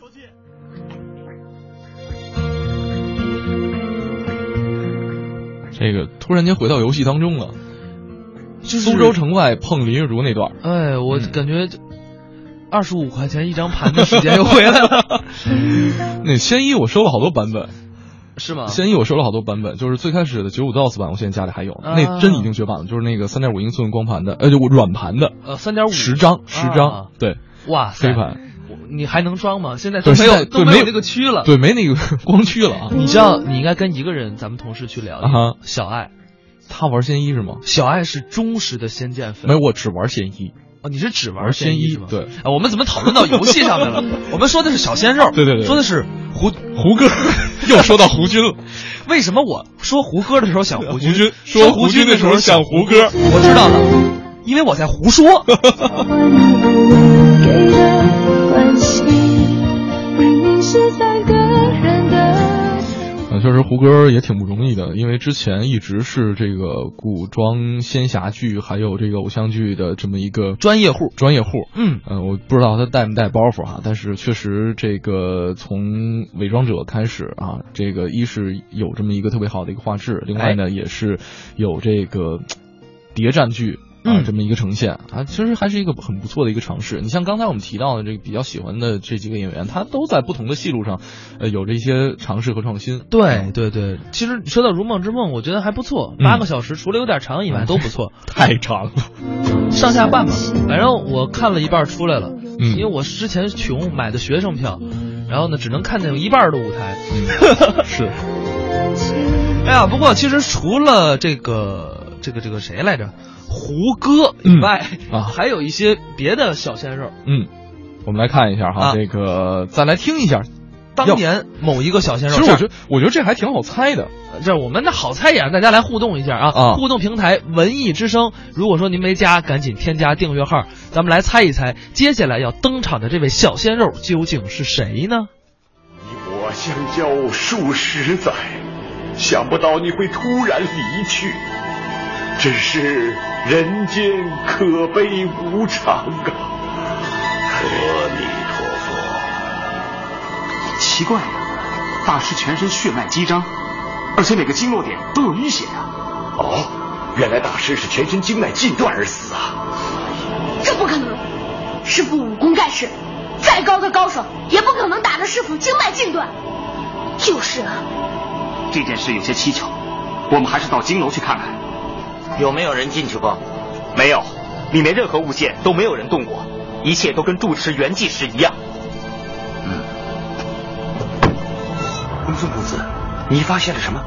Speaker 1: 这个突然间回到游戏当中了，
Speaker 2: 就是
Speaker 1: 苏州，城外碰林月如那段。嗯
Speaker 2: 哎，我感觉二十五块钱一张盘的时间又回来了，
Speaker 1: *laughs* 那仙一我收了好多版本，
Speaker 2: 是吗？
Speaker 1: 仙一我收了好多版本，就是最开始的九五 DOS 版，我现在家里还有呢，
Speaker 2: 啊
Speaker 1: 那真已经绝版了，就是那个三点五英寸光盘的，呃，就软盘的，
Speaker 2: 呃，三点五
Speaker 1: 十张，十
Speaker 2: 啊
Speaker 1: 张，对，
Speaker 2: 哇塞
Speaker 1: 黑盘，
Speaker 2: 我你还能装吗？现在
Speaker 1: 对，
Speaker 2: 都没
Speaker 1: 现在
Speaker 2: 有都
Speaker 1: 对
Speaker 2: 没
Speaker 1: 没
Speaker 2: 有这个区了。
Speaker 1: 对，没那个 *laughs* 光驱了啊。
Speaker 2: 你知道你应该跟一个人，咱们同事去聊
Speaker 1: 啊哈
Speaker 2: 聊。小爱，
Speaker 1: 他玩仙一是吗？
Speaker 2: 小爱是忠实的仙剑粉
Speaker 1: 没，。我只玩仙一。
Speaker 2: 哦，你是只玩
Speaker 1: 玩
Speaker 2: 仙
Speaker 1: 仙一
Speaker 2: 是吗？
Speaker 1: 对
Speaker 2: 啊，我们怎么讨论到游戏上面
Speaker 1: *laughs*
Speaker 2: 了？我们说的是小鲜肉，
Speaker 1: 对对对
Speaker 2: 说的是胡。
Speaker 1: 胡歌
Speaker 2: *laughs*
Speaker 1: 又说到胡军了，
Speaker 2: 为什么我说胡歌的时候想胡军，
Speaker 1: 军
Speaker 2: 说
Speaker 1: 说
Speaker 2: 胡
Speaker 1: 胡军
Speaker 2: 军的
Speaker 1: 的
Speaker 2: 时
Speaker 1: 时
Speaker 2: 候
Speaker 1: 候想
Speaker 2: 想胡
Speaker 1: 胡歌，
Speaker 2: 歌我知道了，因为我在胡说。
Speaker 8: 给的关心，明明是三个人的。
Speaker 1: 呃，确实胡歌也挺不容易的，因为之前一直是这个古装仙侠剧还有这个偶像剧的这么一个
Speaker 2: 专业户
Speaker 1: 专业户。
Speaker 2: 嗯，
Speaker 1: 呃，我不知道他带没带包袱哈、但是确实这个从伪装者开始啊，这个一是有这么一个特别好的一个画质，另
Speaker 2: 哎
Speaker 1: 外呢、也是有这个嘖谍战剧。啊，
Speaker 2: 嗯
Speaker 1: 这么一个呈现啊，其实还是一个很不错的一个尝试。你像刚才我们提到的这个比较喜欢的这几个演员，他都在不同的戏路上，呃，有着一些尝试和创新。
Speaker 2: 对嗯对对，其实说到《如梦之梦》，我觉得还不错，
Speaker 1: 嗯
Speaker 2: 八个小时除了有点长以外都不错，
Speaker 1: *laughs* 太长了。
Speaker 2: 上
Speaker 1: *laughs*
Speaker 2: 下半吧。反正我看了一半出来了，
Speaker 1: 嗯
Speaker 2: 因为我之前穷买的学生票，然后呢只能看见有一半的舞台。
Speaker 1: 嗯
Speaker 2: *laughs*
Speaker 1: 是，
Speaker 2: 哎呀，不过其实除了这个这个这个谁来着，胡歌以外，
Speaker 1: 啊
Speaker 2: 还有一些别的小鲜肉。
Speaker 1: 嗯，我们来看一下哈，
Speaker 2: 啊
Speaker 1: 这个再来听一下。
Speaker 2: 当年某一个小鲜肉，
Speaker 1: 其实我觉
Speaker 2: 这
Speaker 1: 得，我觉得这还挺好猜的。
Speaker 2: 儿呃这儿我们的好猜也让大家来互动一下啊！
Speaker 1: 啊
Speaker 2: 互动平台“文艺之声”，如果说您没加，赶紧添加订阅号，咱们来猜一猜，接下来要登场的这位小鲜肉究竟是谁呢？
Speaker 12: 我相交数十载，想不到你会突然离去，只是人间可悲无常啊！阿弥陀佛。
Speaker 13: 奇怪呀、大师全身血脉激张，而且每个经络点都有淤血啊。
Speaker 12: 哦，原来大师是全身经脉尽断而死啊！
Speaker 14: 这不可能！师傅武功盖世，再高的高手也不可能打得师傅经脉尽断。就是啊，
Speaker 13: 这件事有些蹊跷，我们还是到经楼去看看。
Speaker 11: 有没有人进去过？没有，里面任何物件都没有人动过，一切都跟住持圆寂时一样。
Speaker 13: 公孙公子，你发现了什么？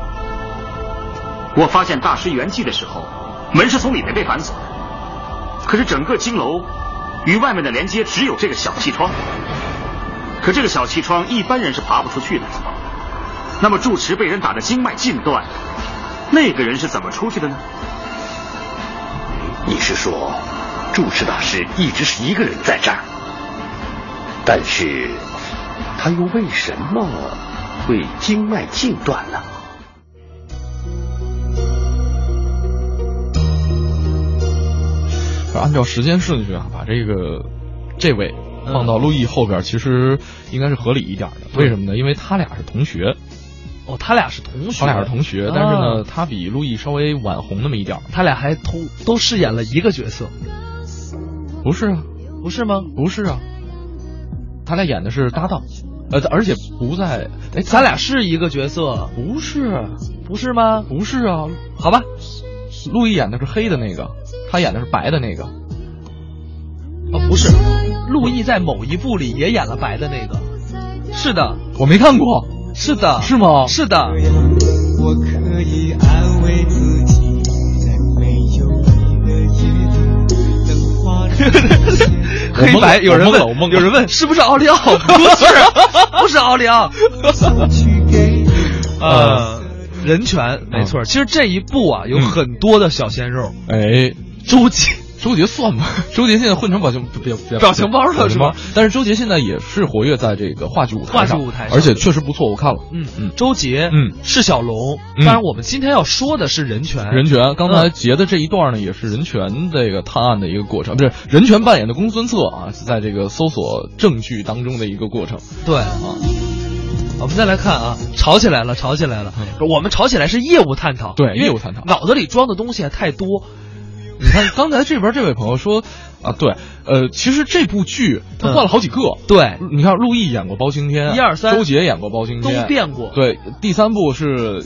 Speaker 13: 我发现大师圆寂的时候，门是从里面被反锁的，可是整个经楼与外面的连接只有这个小气窗，可这个小气窗一般人是爬不出去的。那么住持被人打得经脉尽断，那个人是怎么出去的呢？
Speaker 12: 你是说，住持大师一直是一个人在这儿，但是他又为什么会经脉尽断呢？
Speaker 1: 按照时间顺序啊，把这个这位
Speaker 2: 嗯
Speaker 1: 放到陆毅后边，其实应该是合理一点的。为什么呢？因为他俩是同学。
Speaker 2: 哦，他俩是同学
Speaker 1: 他俩是同学，
Speaker 2: 啊
Speaker 1: 但是呢，他比陆毅稍微晚红那么一点儿。
Speaker 2: 他俩还都都饰演了一个角色，
Speaker 1: 不是啊，
Speaker 2: 不是吗？
Speaker 1: 不是啊，他俩演的是搭档，呃，而且不在。哎，
Speaker 2: 咱俩是一个角色，
Speaker 1: 不是，
Speaker 2: 不是吗？
Speaker 1: 不是啊，
Speaker 2: 好吧，
Speaker 1: 陆毅演的是黑的那个，他演的是白的那个。
Speaker 2: 哦，不是，陆毅在某一部里也演了白的那个，是的，
Speaker 1: 我没看过，
Speaker 2: 是的，
Speaker 1: 是吗？
Speaker 2: 是的，
Speaker 1: *laughs*
Speaker 10: 我可以安慰自己，在没有你的夜里，灯花如初见。
Speaker 2: 黑白有人
Speaker 1: 我
Speaker 2: 问，有人问是不是奥利奥？不是，不是奥
Speaker 1: *laughs*
Speaker 2: 利奥。呃，人权没
Speaker 12: 嗯
Speaker 2: 错。其实这一部啊，有很多的小鲜肉。
Speaker 1: 哎，
Speaker 2: 周杰，
Speaker 1: 周杰算吗？ *laughs* 周杰现在混成表情表表
Speaker 2: 表情包了
Speaker 1: 表情包
Speaker 2: 是
Speaker 1: 但是周杰现在也是活跃在这个话剧舞台上，
Speaker 2: 话剧舞台上
Speaker 1: 而且确实不错，我看了。
Speaker 2: 嗯
Speaker 1: 嗯，
Speaker 2: 周杰，
Speaker 1: 嗯，
Speaker 2: 释小龙。
Speaker 1: 嗯
Speaker 2: 当然，我们今天要说的是人权。
Speaker 1: 人权，刚才
Speaker 2: 嗯
Speaker 1: 截的这一段呢，也是人权这个探案的一个过程，不是人权扮演的公孙策啊，是在这个搜索证据当中的一个过程。
Speaker 2: 对啊。我们再来看啊，吵起来了，吵起来了。不是我们吵起来是业务探讨，
Speaker 1: 嗯对
Speaker 2: 因为
Speaker 1: 业务探讨
Speaker 2: 脑子里装的东西还太多。
Speaker 1: 你看刚才哎这边这位朋友说，啊，对，呃，其实这部剧他换了好几个，
Speaker 2: 嗯对，
Speaker 1: 你看陆毅演过包青天，
Speaker 2: 一二三
Speaker 1: 周杰演过包青天，
Speaker 2: 都变过
Speaker 1: 对，第三部是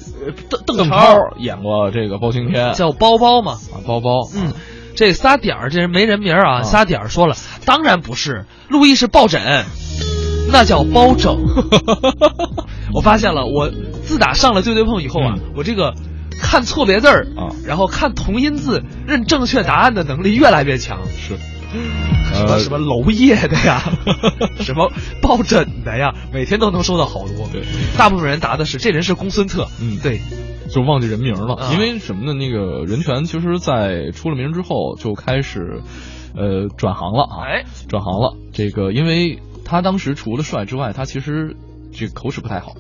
Speaker 1: 呃邓
Speaker 2: 邓
Speaker 1: 超
Speaker 2: 超
Speaker 1: 演过这个包青天，
Speaker 2: 叫包包嘛，
Speaker 1: 啊包包，
Speaker 2: 嗯，这仨点儿，这人没人名儿啊，仨点儿说了，当然不是，路易是抱枕，那叫包
Speaker 1: *laughs*
Speaker 2: 拯。我发现了，我自打上了对对碰以后啊，我这个看错别字儿
Speaker 1: 嗯啊，
Speaker 2: 然后看同音字认正确答案的能力越来越强。
Speaker 1: 是。
Speaker 2: 什么
Speaker 1: 呃
Speaker 2: 什么娄烨的呀，
Speaker 1: *laughs*
Speaker 2: 什么抱枕的呀，每天都能收到好多。
Speaker 1: 对，
Speaker 2: 大部分人答的是这人是公孙策。
Speaker 1: 嗯
Speaker 2: 对，
Speaker 1: 就忘记人名了，
Speaker 2: 啊
Speaker 1: 因为什么呢？那个人权其实，在出了名之后就开始，呃，转行了啊，
Speaker 2: 哎，
Speaker 1: 转行了。这个，因为他当时除了帅之外，他其实这口齿不太好，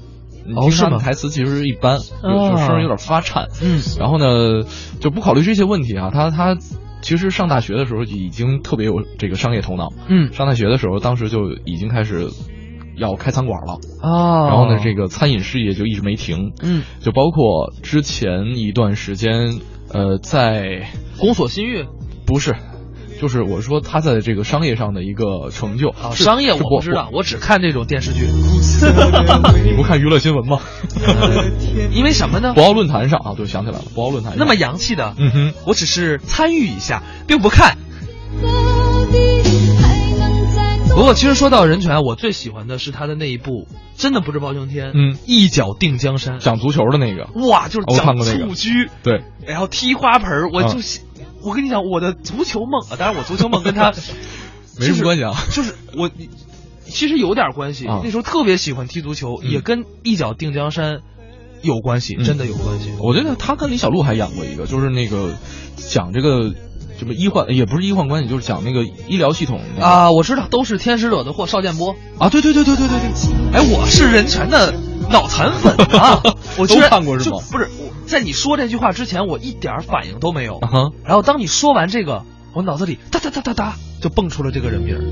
Speaker 1: 你
Speaker 2: 哦
Speaker 1: 听
Speaker 2: 是
Speaker 1: 他的
Speaker 2: 吗
Speaker 1: 台词其实一般，有
Speaker 2: 啊
Speaker 1: 就声音有点发颤。
Speaker 2: 嗯
Speaker 1: 然后呢，就不考虑这些问题啊，他他。其实上大学的时候就已经特别有这个商业头脑，
Speaker 2: 嗯
Speaker 1: 上大学的时候当时就已经开始要开餐馆了，
Speaker 2: 啊
Speaker 1: 然后呢，这个餐饮事业就一直没停，
Speaker 2: 嗯，
Speaker 1: 就包括之前一段时间，呃，在
Speaker 2: 《宫锁心玉》
Speaker 1: 不是，就是我说他在这个商业上的一个成就
Speaker 2: 啊，
Speaker 1: 是
Speaker 2: 商业
Speaker 1: 是
Speaker 2: 我不知道，我只看这种电视剧。
Speaker 1: *laughs* 你不看娱乐新闻吗？
Speaker 2: *laughs* 因为什么呢
Speaker 1: 博？鳌论坛上啊，对，想起来了，博鳌论坛上。
Speaker 2: 那么洋气的，
Speaker 1: 嗯哼，
Speaker 2: 我只是参与一下，并不看。不过，其实说到人权，我最喜欢的是他的那一部，真的不是包青天，
Speaker 1: 嗯，
Speaker 2: 一脚定江山，
Speaker 1: 讲足球的那个，
Speaker 2: 哇，就是
Speaker 1: 哦我看
Speaker 2: 讲
Speaker 1: 过那个
Speaker 2: 蹴鞠，
Speaker 1: 对，
Speaker 2: 然后踢花盆儿，我就、
Speaker 1: 嗯
Speaker 2: 我跟你讲，我的足球梦啊，当然我足球梦跟他
Speaker 1: *laughs* 没什么关系啊
Speaker 2: 就是，就是我你其实有点关系、
Speaker 1: 啊嗯
Speaker 2: 那时候特别喜欢踢足球，也跟一脚定江山有关系，真的有关系。
Speaker 1: 我觉得他跟李小璐还演过一个，就是那个讲这个什么医患，也不是医患关系，就是讲那个医疗系统那个
Speaker 2: 啊，我知道，都是天使惹的祸，邵建波啊，对对对对对对对，哎，我是人权的脑残粉 *laughs*
Speaker 1: *laughs*
Speaker 2: 啊，我居然
Speaker 1: 都看过是吗
Speaker 2: 就不是，我在你说这句话之前，我一点儿反应都没有
Speaker 1: 啊，哈
Speaker 2: 然后当你说完这个，我脑子里哒哒哒哒哒就蹦出了这个人名儿，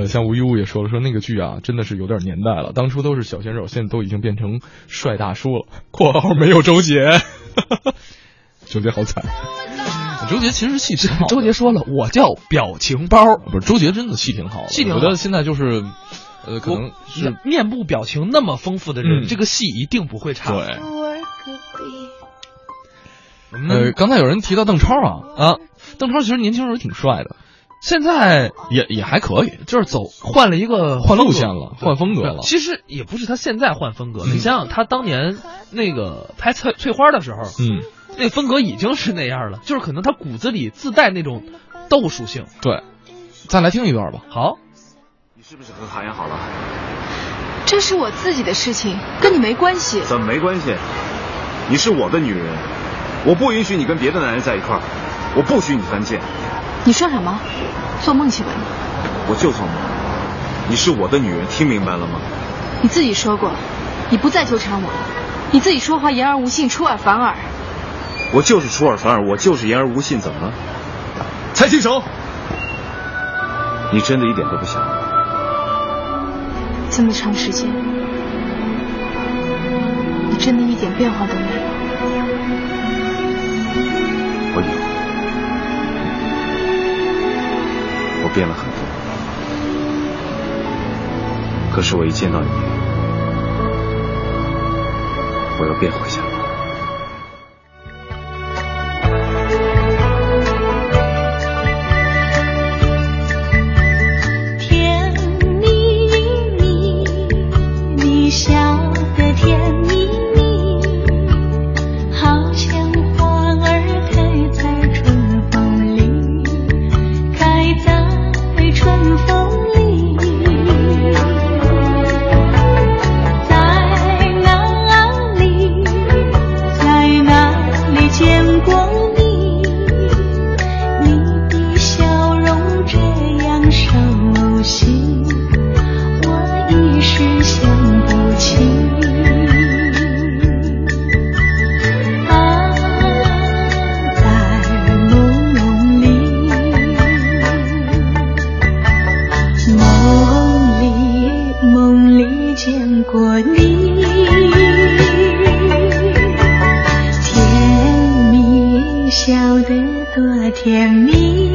Speaker 1: 呃，像吴一物也说了，说那个剧啊，真的是有点年代了，当初都是小鲜肉，现在都已经变成帅大叔了。（括号没有周杰， *laughs* 周杰好惨。周杰其实戏真好，周
Speaker 2: 杰说了，我叫表情包，
Speaker 1: 不是周杰真的戏挺好的，
Speaker 2: 戏挺好
Speaker 1: 我觉得现在就是，呃，可能是
Speaker 2: 面部表情那么丰富的人，
Speaker 1: 嗯
Speaker 2: 这个戏一定不会差。
Speaker 1: 对，呃，
Speaker 2: 嗯
Speaker 1: 刚才有人提到邓超啊啊，邓超其实年轻时候挺帅的，
Speaker 2: 现在
Speaker 1: 也也还可以，
Speaker 2: 就是走换了一个
Speaker 1: 换路
Speaker 2: 风格
Speaker 1: 线了，换风格了。嗯
Speaker 2: 其实也不是他现在换风格，你想想他当年那个拍翠翠花的时候，
Speaker 1: 嗯，
Speaker 2: 那风格已经是那样了，就是可能他骨子里自带那种斗属性。
Speaker 1: 对，再来听一段吧。
Speaker 2: *laughs* 好，
Speaker 13: 跟韩岩好了，
Speaker 15: 这是我自己的事情，跟你没关系。
Speaker 13: 怎么没关系？你是我的女人，我不允许你跟别的男人在一块儿，我不许你犯贱，
Speaker 15: 你说什么？做梦去吧你！
Speaker 13: 我就做梦。你是我的女人，听明白了吗？
Speaker 15: 你自己说过，你不再纠缠我了。你自己说话言而无信，出尔反尔。
Speaker 13: 我就是出尔反尔，我就是言而无信，怎么了？才停手！你真的一点都不想我。
Speaker 15: 这么长时间，你真的一点变化都没有。
Speaker 13: 我有，我变了很多。可是我一见到你，我又变回去了。
Speaker 8: 甜蜜蜜，你笑得甜蜜蜜，好像花儿开在春风里，开在春风里。在哪里，在哪里见过你？你的笑容这样熟悉，我一时想不起。啊，在梦里，梦里梦里见过你。甜蜜，笑得多甜蜜。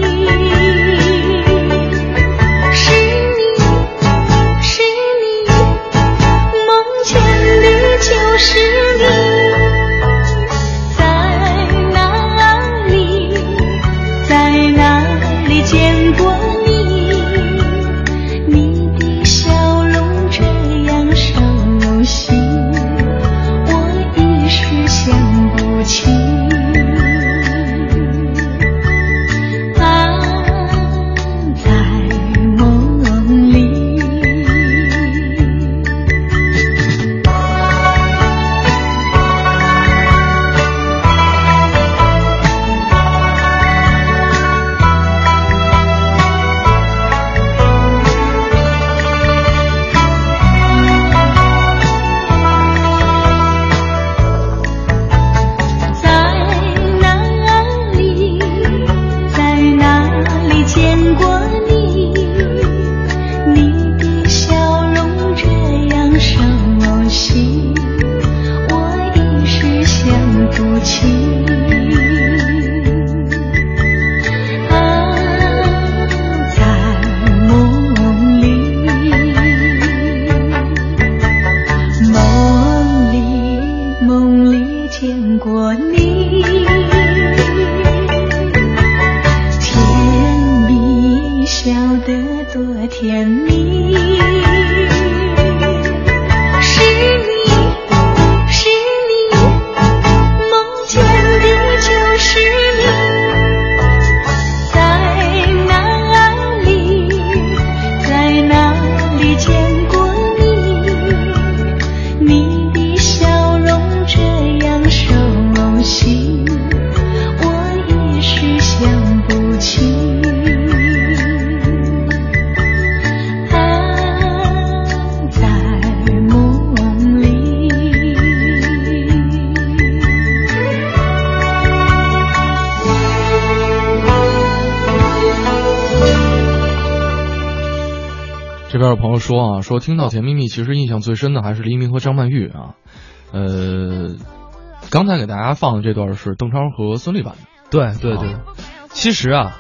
Speaker 8: 是你，是你，梦见的就是你。在哪里，在哪里见过你？你的笑容这样熟悉，我一时想不起。啊，在梦里。在哪里，在哪里见过你？你的笑容这样熟悉，我一时想不起。啊，在梦里，梦里。梦里见过你，甜蜜笑得多甜蜜。是你，是你，梦见的就是你。
Speaker 1: 这边有朋友说啊，说听到《甜蜜蜜》，其实印象最深的还是黎明和张曼玉啊。呃，刚才给大家放的这段是邓超和孙俪版的。
Speaker 2: 对对对，其实啊，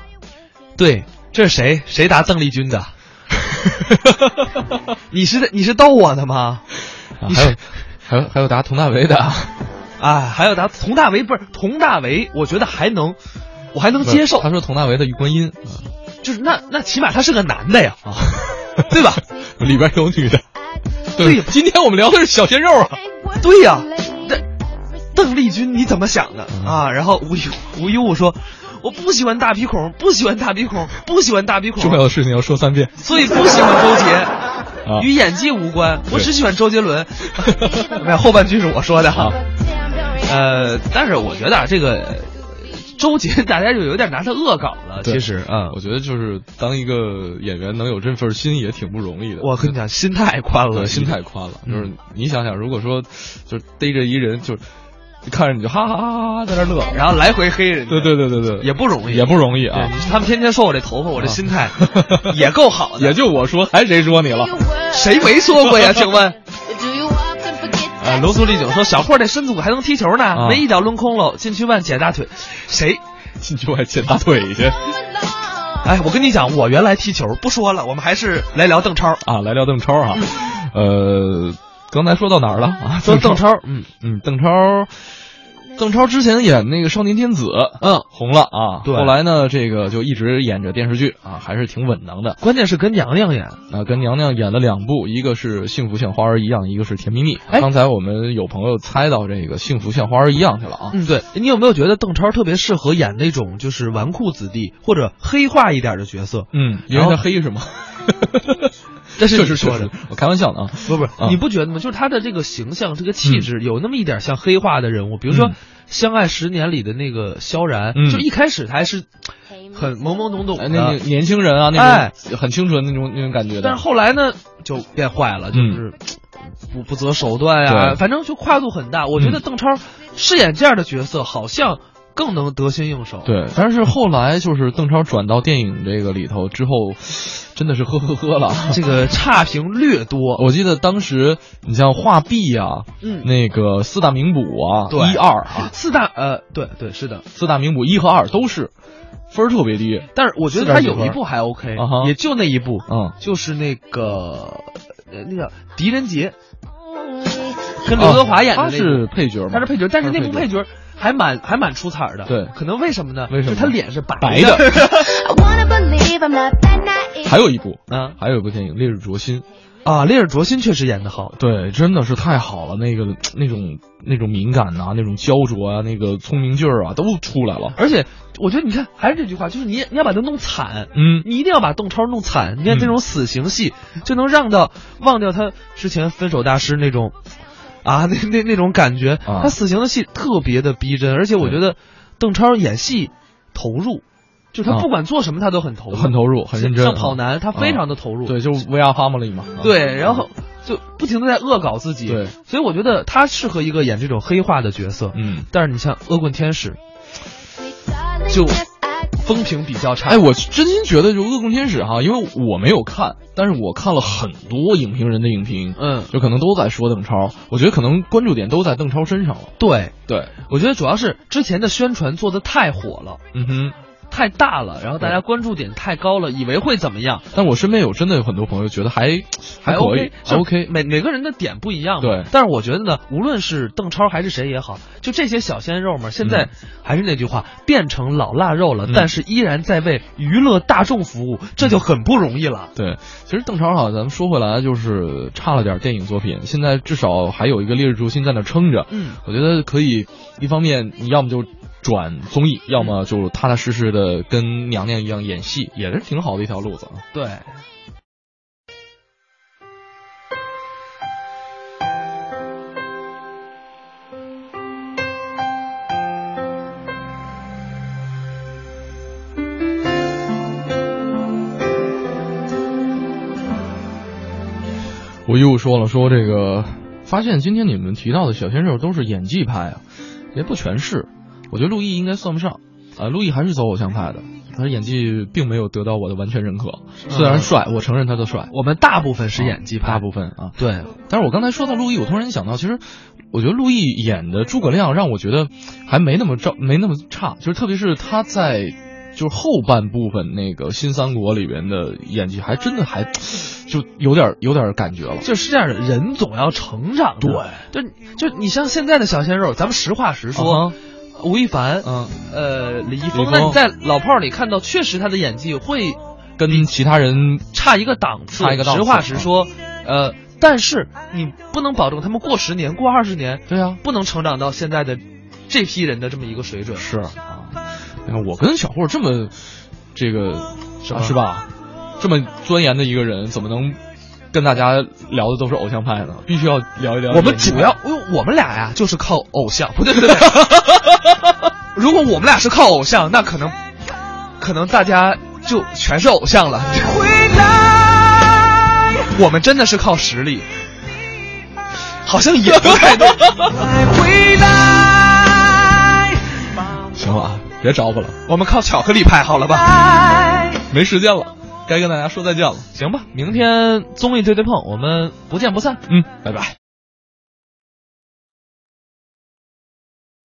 Speaker 2: 对，这是谁谁答邓丽君的？
Speaker 1: 啊
Speaker 2: *laughs* 你是在你是逗我呢吗？
Speaker 1: 啊还有还有还有答佟大为的啊，
Speaker 2: 啊，还有答佟大为不是佟大为，我觉得还能，我还能接受。
Speaker 1: 他说佟大为的《玉观音》 *laughs*
Speaker 2: 就是那那起码他是个男的呀，对吧？
Speaker 1: 里边有女的。
Speaker 2: 对，
Speaker 1: 今天我们聊的是小鲜肉啊。
Speaker 2: 对呀、这邓丽君你怎么想的啊？然后吴优吴优说，我不喜欢大鼻孔，不喜欢大鼻孔，不喜欢大鼻孔。
Speaker 1: 重要的事情要说三遍。啊
Speaker 2: 所以不喜欢周杰，与演技无关，我只喜欢周
Speaker 1: *laughs*
Speaker 2: 杰伦。没有后半句是我说的
Speaker 1: 啊
Speaker 2: 哈，呃，但是我觉得啊，这个呃周杰大家就有点拿他恶搞了，
Speaker 1: 对
Speaker 2: 其实啊，
Speaker 1: 我觉得就是当一个演员能有这份心也挺不容易的。
Speaker 2: 我跟你讲，心太宽了，
Speaker 1: 对心太宽了。
Speaker 2: 嗯
Speaker 1: 就是你想想，如果说就是逮着一人，就是看着你就哈哈哈哈哈在那儿乐，
Speaker 2: 然后来回黑人家
Speaker 1: 对对对对对，
Speaker 2: 也不容易，
Speaker 1: 也不容易啊
Speaker 2: 对。他们天天说我这头发，我这心态 *laughs* 也够好的。
Speaker 1: *laughs* 也就我说，还谁说你了？
Speaker 2: 谁没说
Speaker 1: *laughs*
Speaker 2: 过呀？请问？呃，楼足丽九说小霍这身子骨还能踢球呢，
Speaker 1: 啊
Speaker 2: 没一脚抡空喽，进去万解大腿，谁？
Speaker 1: *laughs* 进去万解大腿去。
Speaker 2: 哎，我跟你讲，我原来踢球，不说了，我们还是来聊邓超
Speaker 1: 啊，来聊邓超啊，呃，刚才说到哪儿了啊？
Speaker 2: 说邓超，
Speaker 1: 嗯嗯，邓超，邓超之前演那个《少年天子》，
Speaker 2: 嗯，
Speaker 1: 红了啊。
Speaker 2: 对
Speaker 1: 后来呢，这个就一直演着电视剧啊，还是挺稳当的。
Speaker 2: 关键是跟娘娘演
Speaker 1: 啊，跟娘娘演了两部，一个是《幸福像花儿一样》，一个是《甜蜜蜜》。
Speaker 2: 哎
Speaker 1: 刚才我们有朋友猜到这个《幸福像花儿一样》去了啊。
Speaker 2: 嗯，对，你有没有觉得邓超特别适合演那种就是纨绔子弟或者黑化一点的角色？
Speaker 1: 嗯，因
Speaker 2: 然
Speaker 1: 为
Speaker 2: 后
Speaker 1: 他黑是吗？
Speaker 2: *laughs* 这是
Speaker 1: 确
Speaker 2: 你
Speaker 1: 实
Speaker 2: 说
Speaker 1: 确
Speaker 2: 的
Speaker 1: 实，我开玩笑的啊。
Speaker 2: 不不是
Speaker 1: 啊，嗯
Speaker 2: 你不觉得吗？就是他的这个形象、这个气质，有那么一点像黑化的人物，比如说《相爱十年》里的那个萧然，
Speaker 1: 嗯
Speaker 2: 就一开始他还是很懵懵懂懂
Speaker 1: 哎
Speaker 2: 的，
Speaker 1: 那年年轻人啊，那
Speaker 2: 哎
Speaker 1: 种很清纯那种那种感觉的。嗯
Speaker 2: 但是后来呢，就变坏了，就是不不择手段呀、
Speaker 1: 对嗯
Speaker 2: 反正就跨度很大。我觉得邓超饰演这样的角色，好像更能得心应手。
Speaker 1: 对，但是后来就是邓超转到电影这个里头之后，真的是呵呵呵了，
Speaker 2: *laughs* 这个差评略多。
Speaker 1: 我记得当时你像画壁啊，
Speaker 2: 嗯
Speaker 1: 那个四大名捕啊，
Speaker 2: 对
Speaker 1: 一二啊，
Speaker 2: 四大呃，对对是的，
Speaker 1: 四大名捕一和二都是分儿特别低，
Speaker 2: 但是我觉得他有一部还 OK，、
Speaker 1: 啊哈
Speaker 2: 也就那一部，
Speaker 1: 嗯，
Speaker 2: 就是那个呃那个狄仁杰，跟刘德华演的、
Speaker 1: 啊哦他是配角吗
Speaker 2: 他是配角，但是那部
Speaker 1: 他是配
Speaker 2: 配角还蛮还蛮出彩的。
Speaker 1: 对
Speaker 2: 可能为什么呢？
Speaker 1: 为什么
Speaker 2: 就他脸是白
Speaker 1: 白
Speaker 2: 的。
Speaker 1: 还有一部
Speaker 2: 啊，
Speaker 1: 还有一部电影《烈日灼心》
Speaker 2: 啊，《烈日灼心》确实演的好，
Speaker 1: 对，真的是太好了，那个那种那种敏感呐、那种焦灼啊，那个聪明劲儿啊，都出来了。
Speaker 2: *laughs* 而且我觉得你看，还是这句话，就是你你要把它弄惨，
Speaker 1: 嗯
Speaker 2: 你一定要把邓超弄惨。你看这种死刑戏，就能让到忘掉他之前分手大师那种，啊，那那那种感觉。
Speaker 1: 啊
Speaker 2: 他死刑的戏特别的逼真，而且我觉得邓超演戏投入，就是他
Speaker 1: 啊
Speaker 2: 不管做什么他都很投入，
Speaker 1: 很投入，很认真。
Speaker 2: 像跑男，他非常的
Speaker 1: 啊
Speaker 2: 投入。
Speaker 1: 对，就是 VR Family 嘛。啊
Speaker 2: 对，然后就不停的在恶搞自己。
Speaker 1: 对，
Speaker 2: 所以我觉得他适合一个演这种黑化的角色。
Speaker 1: 嗯，
Speaker 2: 但是你像恶棍天使，就风评比较差。
Speaker 1: 哎，我真心觉得就《恶棍天使》哈，因为我没有看，但是我看了很多影评人的影评，
Speaker 2: 嗯，
Speaker 1: 就可能都在说邓超，我觉得可能关注点都在邓超身上了。
Speaker 2: 对，
Speaker 1: 对，
Speaker 2: 我觉得主要是之前的宣传做的太火了，
Speaker 1: 嗯哼。
Speaker 2: 太大了，然后大家关注点太高了，以为会怎么样？
Speaker 1: 但我身边有真的有很多朋友觉得还
Speaker 2: 还
Speaker 1: 可以
Speaker 2: OK，，
Speaker 1: 还 OK，
Speaker 2: 每每个人的点不一样嘛。
Speaker 1: 对
Speaker 2: 但是我觉得呢，无论是邓超还是谁也好，就这些小鲜肉们，现
Speaker 1: 嗯
Speaker 2: 在还是那句话，变成老腊肉了，但是依然在为娱乐大众服务，这就很不容易了。
Speaker 1: 对，其实邓超哈，咱们说回来就是差了点电影作品，现在至少还有一个烈日灼心在那撑着。
Speaker 2: 嗯，
Speaker 1: 我觉得可以，一方面你要么就转综艺，要
Speaker 2: 嗯
Speaker 1: 么就踏踏实实的跟娘娘一样演戏，也是挺好的一条路子啊。
Speaker 2: 对。
Speaker 1: 我又说了，说这个发现今天你们提到的小鲜肉都是演技派啊，也不全是。我觉得陆毅应该算不上啊，陆毅还是走偶像派的。
Speaker 8: 他演技并没有得到我的完全认可。虽然帅，我承认他的帅。
Speaker 1: 我们大部分是演技派，
Speaker 8: 大部分啊。
Speaker 1: 对，
Speaker 8: 但是我刚才说到陆毅，我突然想到，其实我觉得陆毅演的诸葛亮让我觉得还没那么照，没那么差，就是特别是他在。就是后半部分那个新三国里边的演技，还真的还就有点有点感觉了。
Speaker 1: 就是这样的，人总要成长的。对，就就你像现在的小鲜肉，咱们实话实说，吴亦凡，
Speaker 8: 啊嗯，
Speaker 1: 呃，李易
Speaker 8: 李
Speaker 1: 峰
Speaker 8: 易峰，
Speaker 1: 那你在《老炮儿》里看到，确实他的演技会
Speaker 8: 跟其他人
Speaker 1: 差一个档次，
Speaker 8: 差一个档次
Speaker 1: 实话实说，呃。但是你不能保证他们过十年、过二十年，
Speaker 8: 对啊，
Speaker 1: 不能成长到现在的这批人的这么一个水准。
Speaker 8: 是啊，你看我跟小霍这么这个
Speaker 1: 是
Speaker 8: 啊
Speaker 1: 吧
Speaker 8: 是吧？这么钻研的一个人，怎么能跟大家聊的都是偶像派呢？必须要聊一聊演技派。
Speaker 1: 我们主要，因为我们俩呀，就是靠偶像，不对不对。不对 *laughs* 如果我们俩是靠偶像，那可能，可能大家就全是偶像了。我们真的是靠实力，好像也不太对。
Speaker 8: 行了啊，别找我了，
Speaker 1: 我们靠巧克力派好了吧？
Speaker 8: 没时间了，该跟大家说再见了。
Speaker 1: 行吧，明天综艺对对碰，我们不见不散。
Speaker 8: 嗯，拜拜。